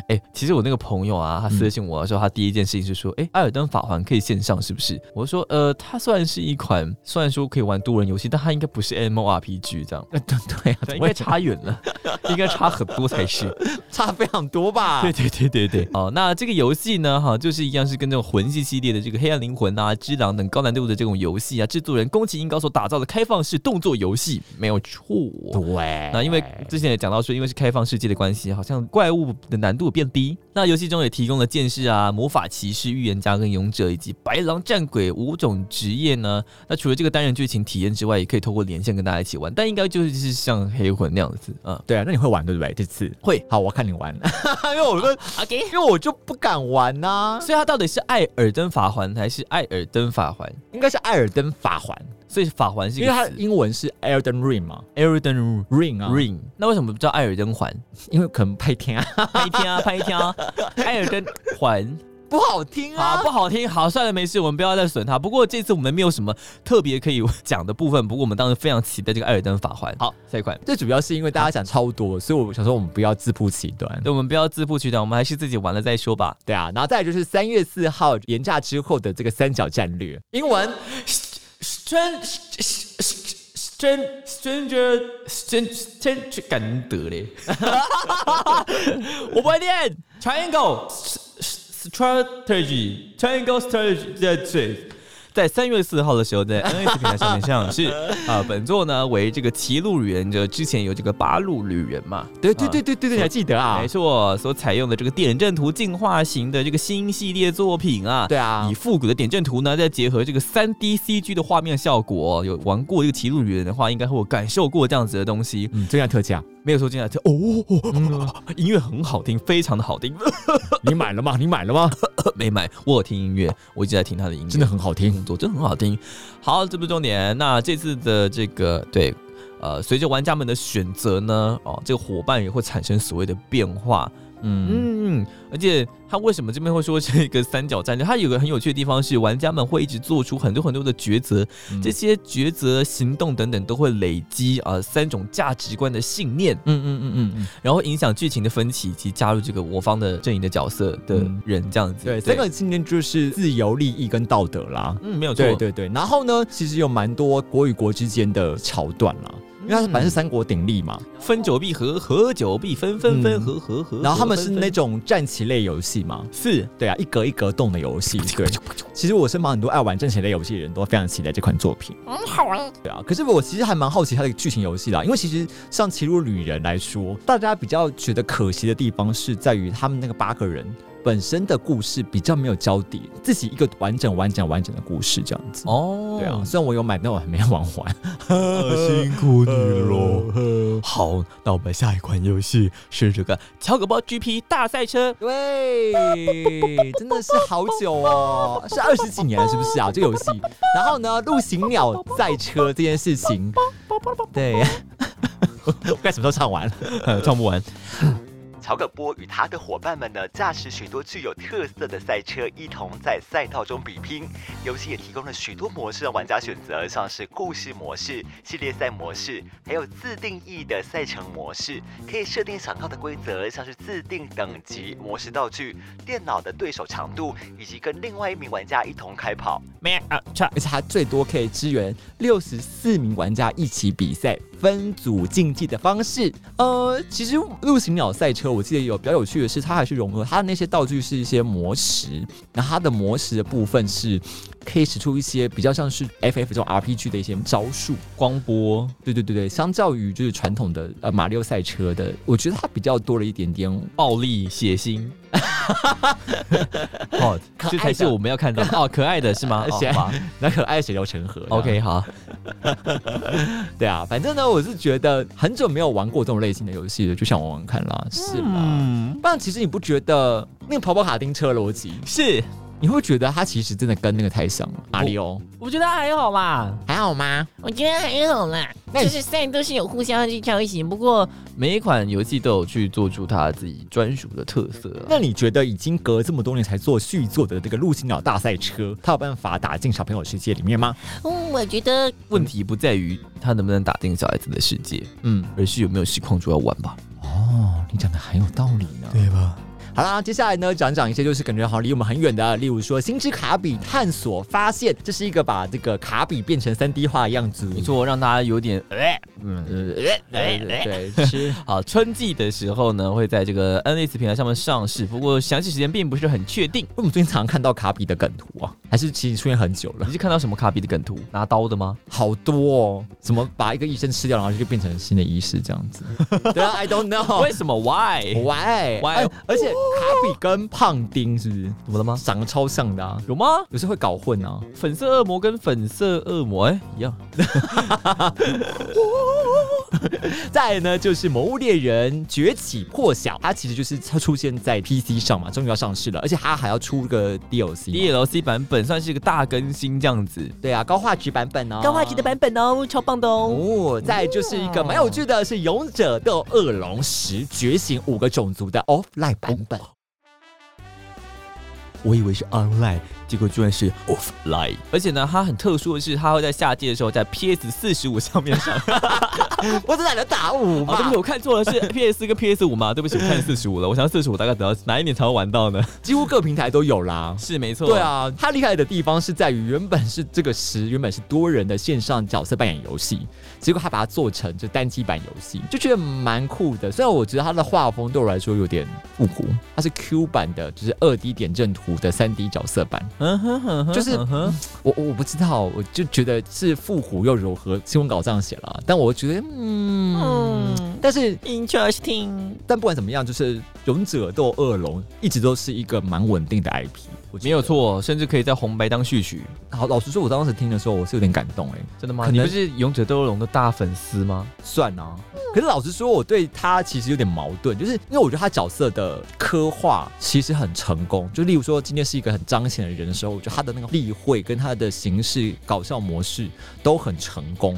B: 哎、其实我那个朋友啊，他私信我的时候，他第一件事情是说，哎、艾尔登法环可以线上是不是？我说，呃，它虽然是一款虽然说可以玩多人游戏，但它应该不不是 M O R P G 这样。
A: 呃对对啊，
B: 对，应
A: 我
B: 该
A: 也觉得
B: 差远
A: [laughs]
B: 了，应该差很多才是。
A: 差非常多吧
B: 对？对对对对，好，啊哦那这个游戏呢，哈，就是一样是跟这种魂系系列的这个黑暗灵魂啊、之狼等高难度的这种游戏啊，制作人宫崎英高所打造的开放式动作游戏，没有错。
A: 对，
B: 那因为之前也讲到说，因为是开放世界的关系，好像怪物的难度变低。那游戏中也提供了剑士啊、魔法骑士、预言家跟勇者以及白狼战鬼五种职业呢。那除了这个单人剧情体验之外，也可以透过连线跟大家一起玩，但应该就是像黑魂那样子啊。
A: 对啊，那你会玩对不对？这次
B: 会，
A: 好，我看你玩， [laughs] 因为我说
E: OK，
A: 因为我就不敢玩啊呐、
B: 所以它到底是艾尔登法环还是艾尔登法环？
A: 应该是艾尔登法环，
B: 所以法环是一
A: 因为它
B: 个
A: 的
B: 词
A: 英文是 Elden Ring 嘛
B: Elden
A: ，Ring 啊
B: Ring，那为什么不叫艾尔登环？
A: 因为可能拍天啊，
B: 拍天啊，拍天啊， [laughs] 艾尔登环。
A: [laughs] 不好听啊，
B: 好不好听？好，算了，没事，我们不要再损他。不过这次我们没有什么特别可以 [laughs] 讲的部分，不过我们当时非常期待这个艾尔登法环。好，下一款。
A: 最主要是因为大家讲超多，所以我想说我们不要自曝其短。
B: 对，我们不要自负取暖，我们还是自己玩了再说吧。
A: 对啊，然后再来就是三月四号廉假之后的这个三角战略，英文
B: Stran Stran Stranger Stran 感德嘞，我不会念 Triangle Strategy Triangle Strategy。在三月四号的时候，在 NS 平台上面上市啊、本作呢为这个《歧路旅人》就之前有这个八路旅人嘛，
A: 对对对对对对，你还记得啊
B: 没？错，所采用的这个点阵图进化型的这个新系列作品啊，
A: 对啊
B: 以复古的点阵图呢，再结合这个三 D CG 的画面效果，有玩过这个《歧路旅人》的话，应该会有感受过这样子的东西。
A: 嗯，这样特价，
B: 没有说进来，这哦，
A: 嗯
B: 哦 [laughs] 音乐很好听，非常的好听。
A: [laughs] 你买了吗？你买了吗？
B: 没买，我有听音乐，我一直在听他的音乐，
A: 真的很好听
B: 工。作，真的很好听。好，这不是重点。那这次的这个对，呃，随着玩家们的选择呢，哦，这个伙伴也会产生所谓的变化。
A: [laughs] 嗯，
B: 嗯，而且他为什么这边会说是一个三角战略？它有个很有趣的地方是，玩家们会一直做出很多很多的抉择，这些抉择、行动等等都会累积啊、呃三种价值观的信念，
A: 嗯嗯嗯嗯嗯，
B: 然后影响剧情的分歧以及加入这个我方的阵营的角色的人这样子。
A: 对，这个今天就是自由、利益跟道德啦。
B: 嗯没有错，
A: 对对对，然后呢，其实有蛮多国与国之间的桥段啦，因为它本来是三国鼎立嘛，
B: 分久必合，合久必分，分分
A: 嗯
B: 合合合。
A: 然后他们
B: 合
A: 是
B: 分
A: 那种战棋类游戏嘛，
B: 是
A: 对啊，一格一格动的游 [laughs] 戏。对，其实我身旁很多爱玩战棋类游戏的人都非常期待这款作品。嗯，好玩。对啊，可是我其实还蛮好奇它的剧情游戏啦，因为其实像《骑路旅人》来说，大家比较觉得可惜的地方是在于他们那个八个人。本身的故事比较没有交底，自己一个完整、完整、完整的故事这样子。
B: 哦，
A: 对啊，虽然我有买，但我还没玩完。
D: 辛苦你喽。
B: 好，那我们下一款游戏是这个乔狗包 GP 大赛车。
A: 对，真的是好久哦，是二十几年了，是不是啊？这个游戏。然后呢，陆行鸟赛车这件事情，对， [laughs] 我该什么时候唱完？ [laughs]
B: 呃，唱不完。
C: 乔葛波与他的伙伴们呢，驾驶许多具有特色的赛车，一同在赛道中比拼。游戏也提供了许多模式让玩家选择，像是故事模式、系列赛模式，还有自定义的赛程模式，可以设定想要的规则，像是自定等级、模式道具、电脑的对手长度，以及跟另外一名玩家一同开跑。
B: 没啊，差
A: 而且它最多可以支援六十四名玩家一起比赛，分组竞技的方式。呃，其实陆行鸟赛车，我记得有比较有趣的是，它还是融合它的那些道具是一些魔石，然后它的魔石的部分是可以使出一些比较像是 FF 这种 RPG 的一些招数。
B: 光波
A: 对对对对，相较于就是传统的呃马里奥赛车的，我觉得它比较多了一点点
B: 暴力血 [laughs] 腥。
A: 可爱
B: 好，
A: 的
B: 哦这才是我们要看到的哦，可爱的是 [laughs] 吗？哦
A: 血
B: 好吧
A: [laughs] 那可爱的血流成河。
B: OK，好，
A: 对啊，反正呢，我是觉得很久没有玩过这种类型的游戏了，就想玩玩看啦，是啦。
B: 嗯，
A: 不然其实你不觉得那个跑跑卡丁车逻辑，
B: 是，
A: 你会觉得它其实真的跟那个太像了。马里哦奥
B: 我觉得还好啦。
A: 还好吗？
E: 我觉得还好啦，
A: 那你
E: 就是赛都是有互相去挑选，不过
B: 每一款游戏都有去做出它自己专属的特色啊。
A: 那你觉得已经隔这么多年才做续作的这个陆行鸟大赛车，它有办法打进小朋友世界里面吗？
E: 嗯，我觉得
B: 问题不在于它能不能打进小孩子的世界，
A: 嗯，
B: 而是有没有实况主要玩吧。
A: 哦，你讲的很有道理呢。
D: 对吧？
A: 好啦，接下来呢，讲讲一些就是感觉好像离我们很远的，例如说《星之卡比探索发现》，这是一个把这个卡比变成三 D 化的样子。呃
B: 没错，让大家有点哎，嗯，
A: 对，呃对对，是
B: 好，春季的时候呢，会在这个 NS 平台上面上市，不过详细时间并不是很确定。
A: 为什么最近常常看到卡比的梗图啊？还是其实出现很久了
B: 你？是看到什么卡比的梗图？拿刀的吗？
A: 好多哦，怎么把一个医生吃掉，然后就变成新的医师这样
B: [laughs]
A: 子？对啊，I don't know
B: 为。什么？Why？
A: 喂
B: Why？
A: 喂，而且卡比跟胖丁是不是
B: 怎么了吗？
A: 长得超像的啊？
B: 有吗？
A: 有时候会搞混啊。 [laughs]
B: 粉色恶魔跟粉色恶魔哎、一样，
A: 再来呢，就是《魔物猎人崛起破晓》，它其实就是它出现在 PC 上嘛，终于要上市了，而且它还要出个 DLC 嘛。
B: DLC 版本算是一个大更新这样子。
A: 对啊，高画质版本哦，
E: 高画质的版本哦，超棒的哦。
A: 哦，再就是一个蛮有趣的，是《勇者斗恶龙十觉醒五个种族》的 offline 版本。
B: 我以为是 online，结果居然是 offline。而且呢，它很特殊的是，它会在夏季的时候在 PS 四十五上面 [laughs] 上。
A: [laughs] 我只懒得打五
B: 啊，对不
A: 嘛
B: 起，，我看错了， [laughs] 是 PS 四跟 PS 五嘛？对不起，我看四十 [laughs] 五了。我想四十五大概等到哪一年才会玩到呢？
A: 几乎各平台都有啦。
B: 是没错，
A: 对，啊，它厉害的地方是在于，原本是这个十原本是多人的线上角色扮演游戏，结果它把它做成就单机版游戏，就觉得蛮酷的。虽然我觉得它的画风对我来说有点复古，它是 Q 版的，就是二 D 点阵图的三 D 角色版，
B: 嗯哼哼哼，
A: 就是
B: 嗯哼
A: 我我不知道，我就觉得是复古又柔和，新闻稿这样写了，但我觉得嗯。
E: 嗯
A: 但是，
E: ，interesting。
A: 但不管怎么样，就是《勇者斗恶龙》一直都是一个蛮稳定的 IP，我觉得
B: 没有。错，甚至可以在红白当序曲。
A: 好，老实说，我当时听的时候，我是有点感动哎、
B: 真的吗
A: 可
B: 你
A: 能
B: 不是勇者斗恶龙的大粉丝吗？
A: 算啊。可是老实说，我对他其实有点矛盾，就是因为我觉得他角色的刻画其实很成功。就例如说，今天是一个很彰显的人的时候，我觉得他的那个例会跟他的形式、搞笑模式都很成功。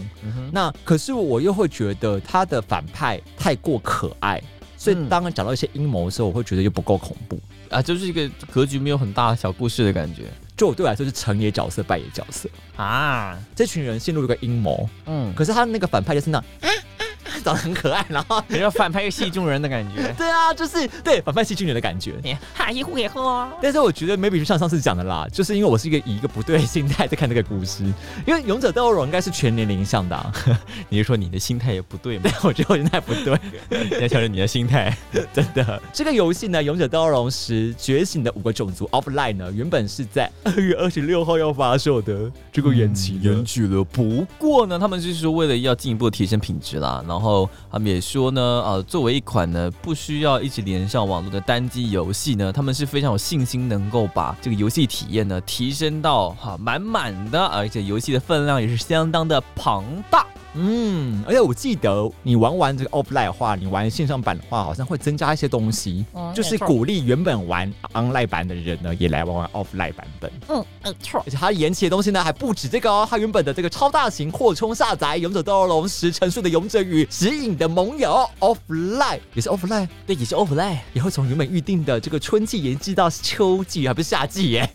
A: 那可是我又会觉得他的反派太过可爱。所以
B: 嗯
A: 当讲到一些阴谋的时候，我会觉得又不够恐怖。
B: 啊，就是一个格局没有很大的小故事的感觉
A: 就我对我来说是成也角色，败也角色。
B: 啊。
A: 这群人陷入一个阴谋，
B: [laughs] 嗯，
A: 可是他那个反派就是那样，啊啊啊长得很可爱，然后。
B: 比较反派又戏中人的感觉
A: 对啊，就是对反派戏剧人的感觉。
E: 哈一呼也喝哦。
A: 但是我觉得 maybe 就像上次讲的啦，就是因为我是一个以一个不对的心态在看这个故事，因为《勇者斗恶龙》应该是全年龄向的、啊，
B: [laughs]
A: [laughs]
B: 你是说你的心态也不 [laughs] 对吗？
A: 我觉得我现在不对。
B: 你 [laughs] 要调整你的心态。
A: 真的，这个游戏呢，《勇者斗恶龙十觉醒的五个种族 Offline》呢，原本是在二月二十六号要发售的，这个延期了。
D: 延续了不？
B: 不过呢，他们就是说为了要进一步地提升品质啦，然后他们也说呢，呃，作为一款呢不需要一直连上网络的单机游戏呢，他们是非常有信心能够把这个游戏体验呢提升到哈满满的，啊而且游戏的分量也是相当的庞大。
A: 嗯，而且我记得你玩完这个 Offline 的话，你玩线上版的话，好像会增加一些东西，
B: 哦
A: 就是鼓励原本玩 Online 版的人呢，也来玩玩 Offline 版本。
E: 嗯嗯，错。
A: 而且它延期的东西呢，还不止这个哦，它原本的这个超大型扩充下载《勇者斗恶龙十》沉睡的勇者与指引的盟友 Offline 也是 Offline，
B: 对，也是 offline，
A: 也会从原本预定的这个春季延期到秋季，还不是夏季
B: [laughs]
A: 耶。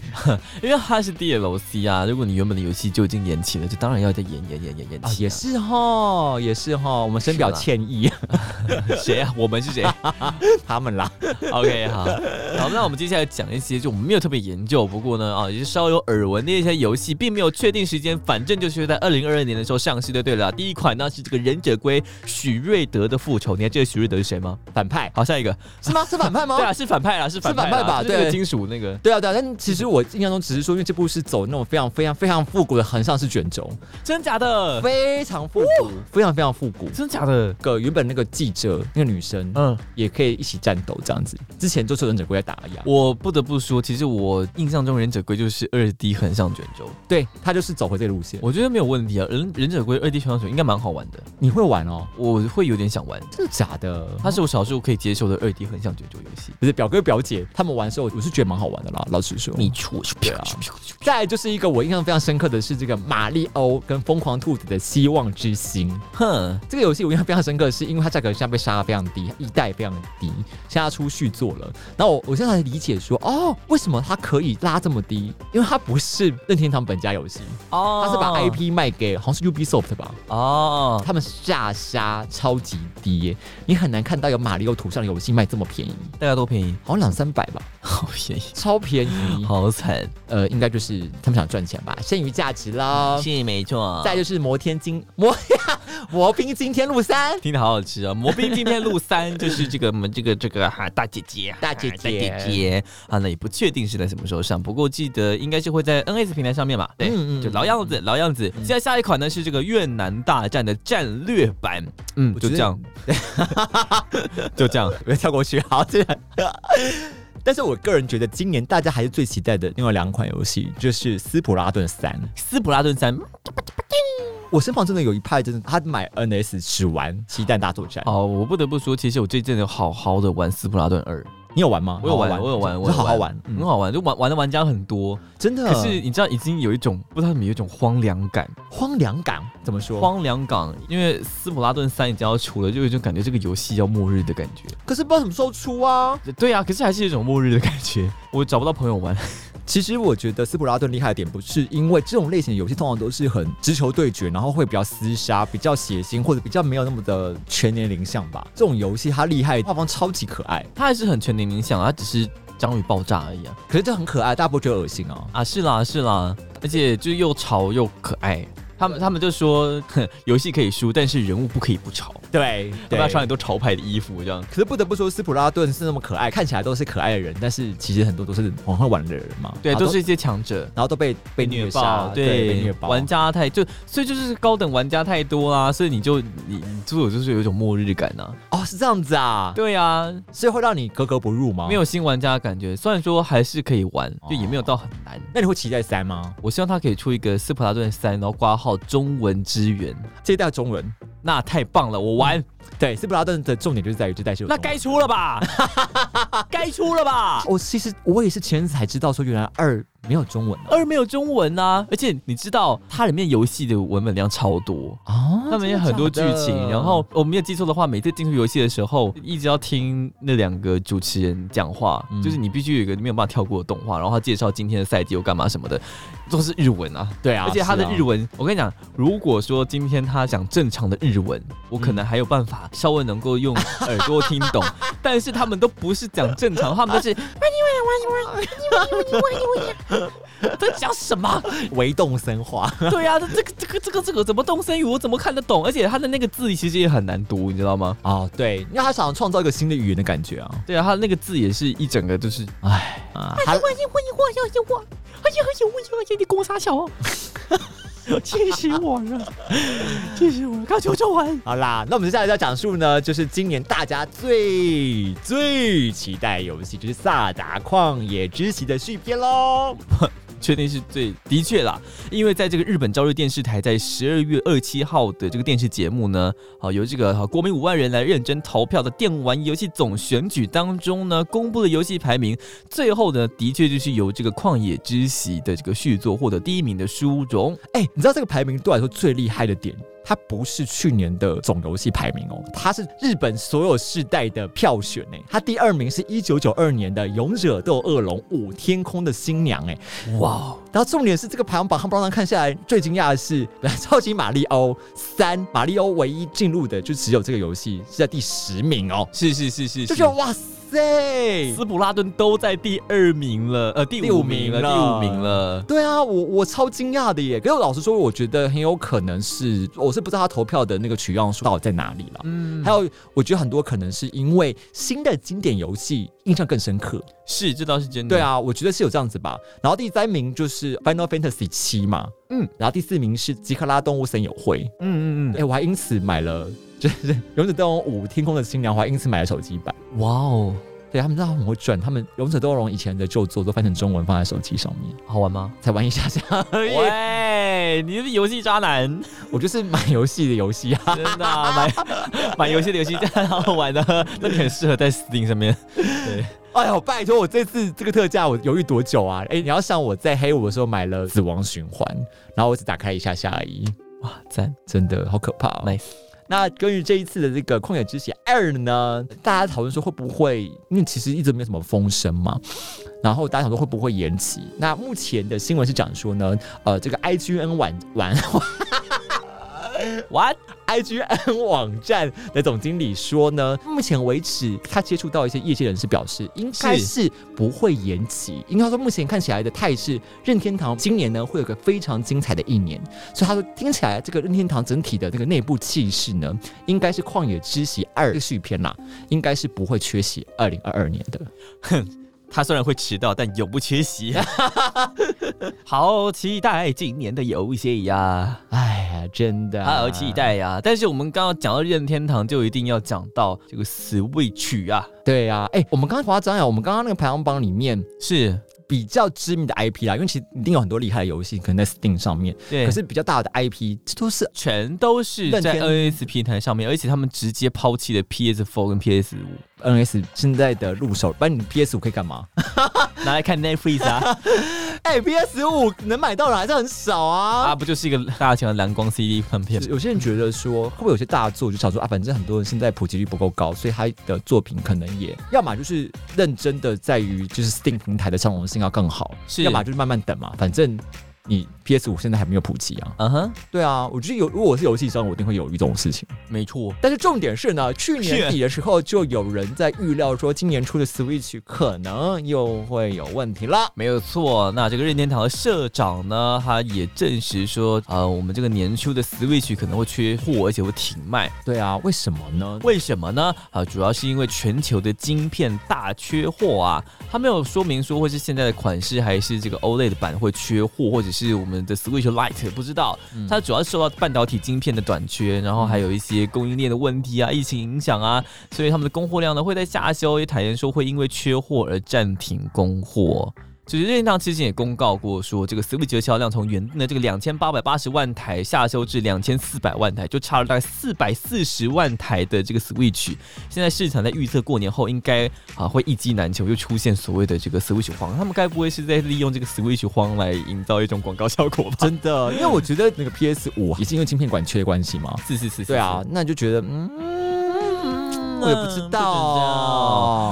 B: 因为它是 DLC 啊。如果你原本的游戏就已经延期了，就当然要再延延延延延期、
A: 啊，也是哈，也是哦哈，我们深表
B: 是啦歉
A: 歉意 [laughs]
B: 谁啊？我们是谁？
A: 他们啦。 [laughs]
B: OK，好，好，那我们接下来讲一些就我们没有特别研究，不过呢，啊，也是稍有耳闻的一些游戏，并没有确定时间，反正就是在二零二二年的时候上市就对了啊。第一款呢是这个《忍者龟》许瑞德的复仇，你还记得许瑞德是谁吗？
A: 反派
B: 好，下一个，
A: 是吗？是反派吗？
B: [laughs] 对啊，是反派啦，是反派啦，
A: 是反派吧
B: 就是那
A: 对
B: 个金属那个，
A: 对啊，对啊，但其实我印象中只是说，因为这部是走那种非常非常非常复古的横向式卷轴，
B: 真假的，
A: 非常复古，非常非常复古。
B: 真假的，
A: 个原本那个记者那个女生，
B: 嗯。
A: 也可以一起战斗这样子。之前就是忍者龟在打一样，
B: 我不得不说，其实我印象中忍者龟就是二 D 横向卷轴，
A: 对他就是走回这个路线。
B: 我觉得没有问题啊。忍忍者龟二 D 横向卷应该蛮好玩的，
A: 你会玩哦？
B: 我会有点想玩。
A: 真的假的？
B: 它是我少数可以接受的二 D 横向卷轴游戏。
A: 不是表哥表姐他们玩的时候，我是觉得蛮好玩的啦。老实说，
E: 你错。
A: 对啊。再来就是一个我印象非常深刻的是这个马里欧跟疯狂兔子的希望之之心》。
E: 哼，
A: 这个游戏我印象非常深刻，是因为它价格现在被杀的非常低，一代非常低，现在它出续作了。然后我我现在才理解说，哦，为什么它可以拉这么低？因为它不是任天堂本家游戏，
E: 哦，
A: 它是把 IP 卖给好像是 Ubisoft 吧，
E: 哦，
A: 他们下杀超级低耶，你很难看到有马里奥图像的游戏卖这么便宜，
B: 大概多便宜？
A: 好像两三百吧，
B: 好便宜，
A: 超便宜。
B: [laughs] 好惨，
A: 呃，应该就是他们想赚钱吧，剩余价值啦。
E: 是没错，
A: 再就是摩天金摩 [laughs] 摩冰金天路三，
B: 听得好好吃啊！魔兵今天录三，就是这个我们这个这个哈大姐姐，啊
A: 大姐姐
B: 大姐姐啊，那也不确定是在什么时候上，不过记得应该是会在 NS 平台上面吧？对，
A: 嗯嗯
B: 就老样子，老样子。接下来下一款呢是这个越南大战的战略版，嗯，
A: 我
B: 就
A: 觉得
B: 这样， [laughs] 就这样，
A: 不要跳过去，好，这个。 [laughs] 但是我个人觉得，今年大家还是最期待的另外两款游戏，就是《斯普拉顿三》。
B: 斯普拉顿三
A: 我身旁真的有一派，真的他买 NS 只玩《奇蛋大作战》
B: 哦，我不得不说，其实我这阵有好好的玩斯普拉顿二，
A: 你有玩吗？
B: 我有玩
A: 好好，
B: 我有玩，我
A: 这
B: 有
A: 好好玩，
B: 很
A: 嗯，
B: 好玩，就玩玩的玩家很多。
A: 真的。
B: 可是你知道，已经有一种不知道你们有一种荒凉感，
A: 荒凉感怎么说？
B: 荒凉感，因为斯普拉顿三已经要出了，就有一种感觉这个游戏要末日的感觉。
A: 可是不知道什么时候出啊。
B: 对啊，可是还是有一种末日的感觉，我找不到朋友玩。
A: 其实我觉得斯普拉顿厉害的点，不是因为这种类型的游戏通常都是很直球对决，然后会比较厮杀、比较血腥，或者比较没有那么的全年龄向吧。这种游戏它厉害，画风超级可爱，
B: 它还是很全年龄向，它啊只是章鱼爆炸而已啊。
A: 可是这很可爱，大家不会觉得恶心哦。
B: 啊，是啦是啦，而且就又吵又可爱。他们他们就说， [laughs] 哼，游戏可以输，但是人物不可以不吵，
A: 对，
B: 要不要穿
A: 可
B: 很多潮牌的衣服这样？
A: 是不得不说，斯普拉顿是那么可爱，看起来都是可爱的人，但是其实很多都是很会玩的人嘛。
B: 对，
A: 然后
B: 都是一些强者。
A: 然后都被被虐杀，
B: 爆，
A: 对，被虐爆。
B: 玩家太就，所以就是高等玩家太多啦，所以你就你你就有就是有一种末日感啊。
A: 哦，是这样子啊，
B: 对啊，
A: 所以会让你格格不入吗？
B: 没，有新玩家的感觉，虽然说还是可以玩，
A: 啊
B: 就也没有到很难。
A: 那你会期待三吗？
B: 我希望他可以出一个《斯普拉顿三》，然后挂号中文支援，
A: 这一代中文，
B: 那太棒了，我
A: 嗯
B: 玩。
A: 对，斯普拉顿的重点就是在于这代是有
B: 那
A: 中文
B: 该出
A: [laughs]
B: 了吧，该出了吧。
A: 我其实我也是前阵子才知道说，原来二没有中文啊。
B: 二没有中文啊，而且你知道它里面游戏的文本量超多，
A: 哦
B: 啊他们也很多剧情，然后我没有记错的话，每次进入游戏的时候，一直要听那两个主持人讲话，
A: 嗯
B: 就是你必须有一个没有办法跳过的动画，然后他介绍今天的赛季有干嘛什么的，都是日文啊。
A: 对啊，
B: 而且他的
A: 是啊
B: 日文，我跟你讲，如果说今天他讲正常的日文，我可能还有办法稍微能够
A: [laughs]
B: 用耳朵听懂，但是他们都不是讲正常，他
A: [laughs]
B: 们都是 [laughs] 在讲什么？
A: 唯动生化，
B: [laughs] 对呀、啊，这这个这个这个这个怎么动声语我怎么看得懂？而且他的那个字其实也很难读，你知道吗？
A: 哦，对，因为他想创造一个新的语言的感觉啊。
B: 对啊，他那个字也是一整个就是，
A: 哎，啊，他
B: 哎呀，我我要要我，哎呀，哎呀，我要你攻啥小哦，气死我了，气死我了，刚求救完。
A: [laughs] 好啦，那我们接下来要讲述呢，就是今年大家最最期待游戏，就是《萨达旷野之息》的续篇喽。
B: 确定是最的确啦，因为在这个日本朝日电视台在十二月二七号的这个电视节目呢，好由这个好国民五万人来认真投票的电玩游戏总选举当中呢，公布的游戏排名，最后呢，的确就是由这个《旷野之息》的这个续作获得第一名的殊荣。
A: 哎、你知道这个排名对我来说最厉害的点，它不是去年的总游戏排名哦，它是日本所有世代的票选哎，它第二名是一九九二年的《勇者斗恶龙五天空的新娘》哎，
B: 哇，
A: 然后重点是这个排行榜，夯不啷当看下来，最惊讶的是，超级马里奥三，马里奥唯一进入的就只有这个游戏是在第十名哦，
B: 是是是是
A: 就是觉得哇塞，
B: 斯普拉顿都在第二名了，呃，第
A: 第五
B: 五名了，
A: 名
B: 第
A: 了
B: 五名了。
A: 对啊，我我超惊讶的耶！可是我老实说，我觉得很有可能是，我是不知道他投票的那个取样数到底在哪里了。
B: 嗯，
A: 还有，我觉得很多可能是因为新的经典游戏印象更深刻。
B: 是，这倒是真的。
A: 对，啊，我觉得是有这样子吧。然后第三名就是《Final Fantasy 七》嘛，
B: 嗯，
A: 然后第四名是《吉克拉动物森友会》。
B: 嗯嗯
A: 哎、我还因此买了，就是《勇者斗恶龙五：天空的新娘》，我还因此买了手机版。
B: 嗯，哇哦，
A: 对他们真的很会赚，他们《勇者斗恶龙》以前的旧作都翻成中文放在手机上面，
B: 好玩吗？
A: 才玩一下下 [laughs] 而已。
B: 喂，你是不是游戏渣男，
A: 我就是买游戏的游戏啊。
B: [laughs] 真的啊、 [laughs] 买买游戏的游戏渣男好好玩的， [laughs] 那你很适合在 Steam 上面。对，
A: 哎呦，拜托，我这次这个特价我犹豫多久啊？哎、你要像我在黑五的时候买了《死亡循环》，然后我只打开一下下而已。
B: 哇，赞
A: 真的好可怕哦。
B: ，nice。
A: 那关于这一次的这个《旷野之息二》呢，大家讨论说会不会，因为其实一直没有什么风声嘛，然后大家想说会不会延期？那目前的新闻是讲说呢，呃，这个 IGN 晚晚
B: What？
A: IGN [laughs] 网站的总经理说呢，目前为止他接触到一些业界人士表示，应该是不会延期，因为他说目前看起来的态势，任天堂今年呢会有个非常精彩的一年，所以他说听起来这个任天堂整体的这个内部气势呢，应该是《旷野之息二》的续篇啦，应该是不会缺席二零二二年的。
B: 他虽然会迟到，但永不缺席。 [laughs] 好期待今年的游戏呀，
A: 哎呀，真的，
B: 好期。待呀！但是我们刚刚讲到任天堂，就一定要讲到这个 Switch 啊，
A: 对呀、哎、我们刚刚夸张呀，我们刚刚那个排行榜里面。
B: 是
A: 比较知名的 IP 啦，因为其实一定有很多厉害的游戏，可能在 Steam 上面，
B: 对，
A: 可是比较大的 IP，这都是
B: 全都是
A: 任
B: 在
A: 天
B: NS 平台上面，而且他们直接抛弃了 PS4 跟 PS5，
A: NS 现在的入手。不然你 PS 五可以干嘛？
B: 拿来看 Netflix 啊
A: [laughs] 哎、p s 五能买到的还是很少啊。
B: 啊，不就是一个大型的蓝光 CD 看片
A: 就是有些人觉得说，会不会有些大作就想说啊，反正很多人现在普及率不够高，所以他的作品可能也要么就是认真的在于就是 Steam 平台的相容性要更好，
B: 是
A: 要么就是慢慢等嘛，反正。你 PS 五现在还没有普及啊？
B: 嗯哼，
A: 对啊，我觉得有，如果我是游戏商，我一定会犹豫这种事情。
B: 没错，
A: 但是重点是呢，去年底的时候就有人在预料说，今年出的 Switch 可能又会有问题了。
B: 没有错。那这个任天堂的社长呢，他也证实说，呃，我们这个年初的 Switch 可能会缺货，而且会停卖。
A: 对啊，为什么呢？
B: 为什么呢？啊，主要是因为全球的晶片大缺货啊。他没有说明说会是现在的款式，还是这个 OLED 版会缺货，或者是我们的 Switch Lite 不知道。它主要受到半导体晶片的短缺，然后还有一些供应链的问题啊、疫情影响啊，所以他们的供货量呢会在下修。也坦言说会因为缺货而暂停供货。就是任天堂之前也公告过说，这个 Switch 的销量从原定的这个两千八百八十万台下修至两千四百万台，就差了大概四百四十万台的这个 Switch。现在市场在预测过年后应该啊会一机难求，又出现所谓的这个 Switch 荒。他们该不会是在利用这个 Switch 荒来营造一种广告效果吧？
A: 真 [laughs] 的，因为我觉得那个 PS 五也是嗯因为晶片管缺的关系嘛。
B: 是是是，
A: 对啊，那你就觉得嗯，我嗯也不知道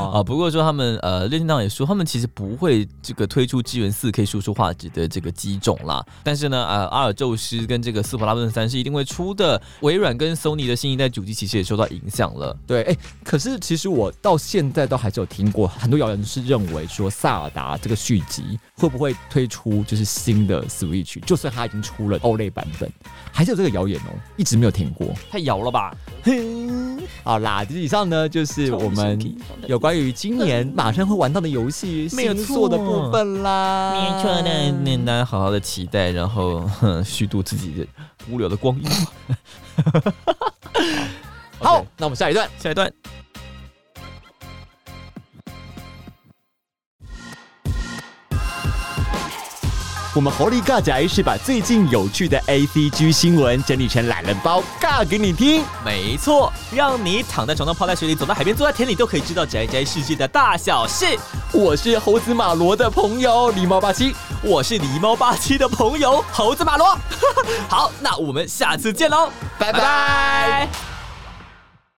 B: 啊，不过说他们呃，任天堂也说他们其实不会这个推出支援四 K 输出画质的这个机种啦，但是呢，呃，阿尔宙斯跟这个斯普拉顿三是一定会出的。微软跟 Sony 的新一代主机其实也受到影响了，
A: 对，哎、可是其实我到现在都还是有听过很多谣言是认为说《萨尔达》这个续集会不会推出就是新的 Switch，就算它已经出了 OLED 版本，还是有这个谣言哦，一直没有停过。
B: 太摇
A: [laughs]
B: 了吧？
A: 好啦，就是以上呢就是我们有关于今年马上会玩到的游戏
B: 没有
A: 新作的
B: 错
A: 部分啦。
E: 没错
B: 那
E: 的，
B: 那嗯大家好好的期待，然后哼虚度自己的无聊的光阴吧。
A: 好
B: OK，
A: 那我们下一段。
B: 下一段。
C: 我们活力尬宅是把最近有趣的 A C G 新闻整理成懒人包尬给你听。
B: 没错，让你躺在床上、泡在水里、走到海边、坐在田里，都可以知道宅宅世界的大小事。
A: 我是猴子马罗的朋友狸猫八七，
B: 我是狸猫八七的 [laughs] 朋友猴子马罗。好，那我们下次见喽，
A: 拜拜。
B: 拜。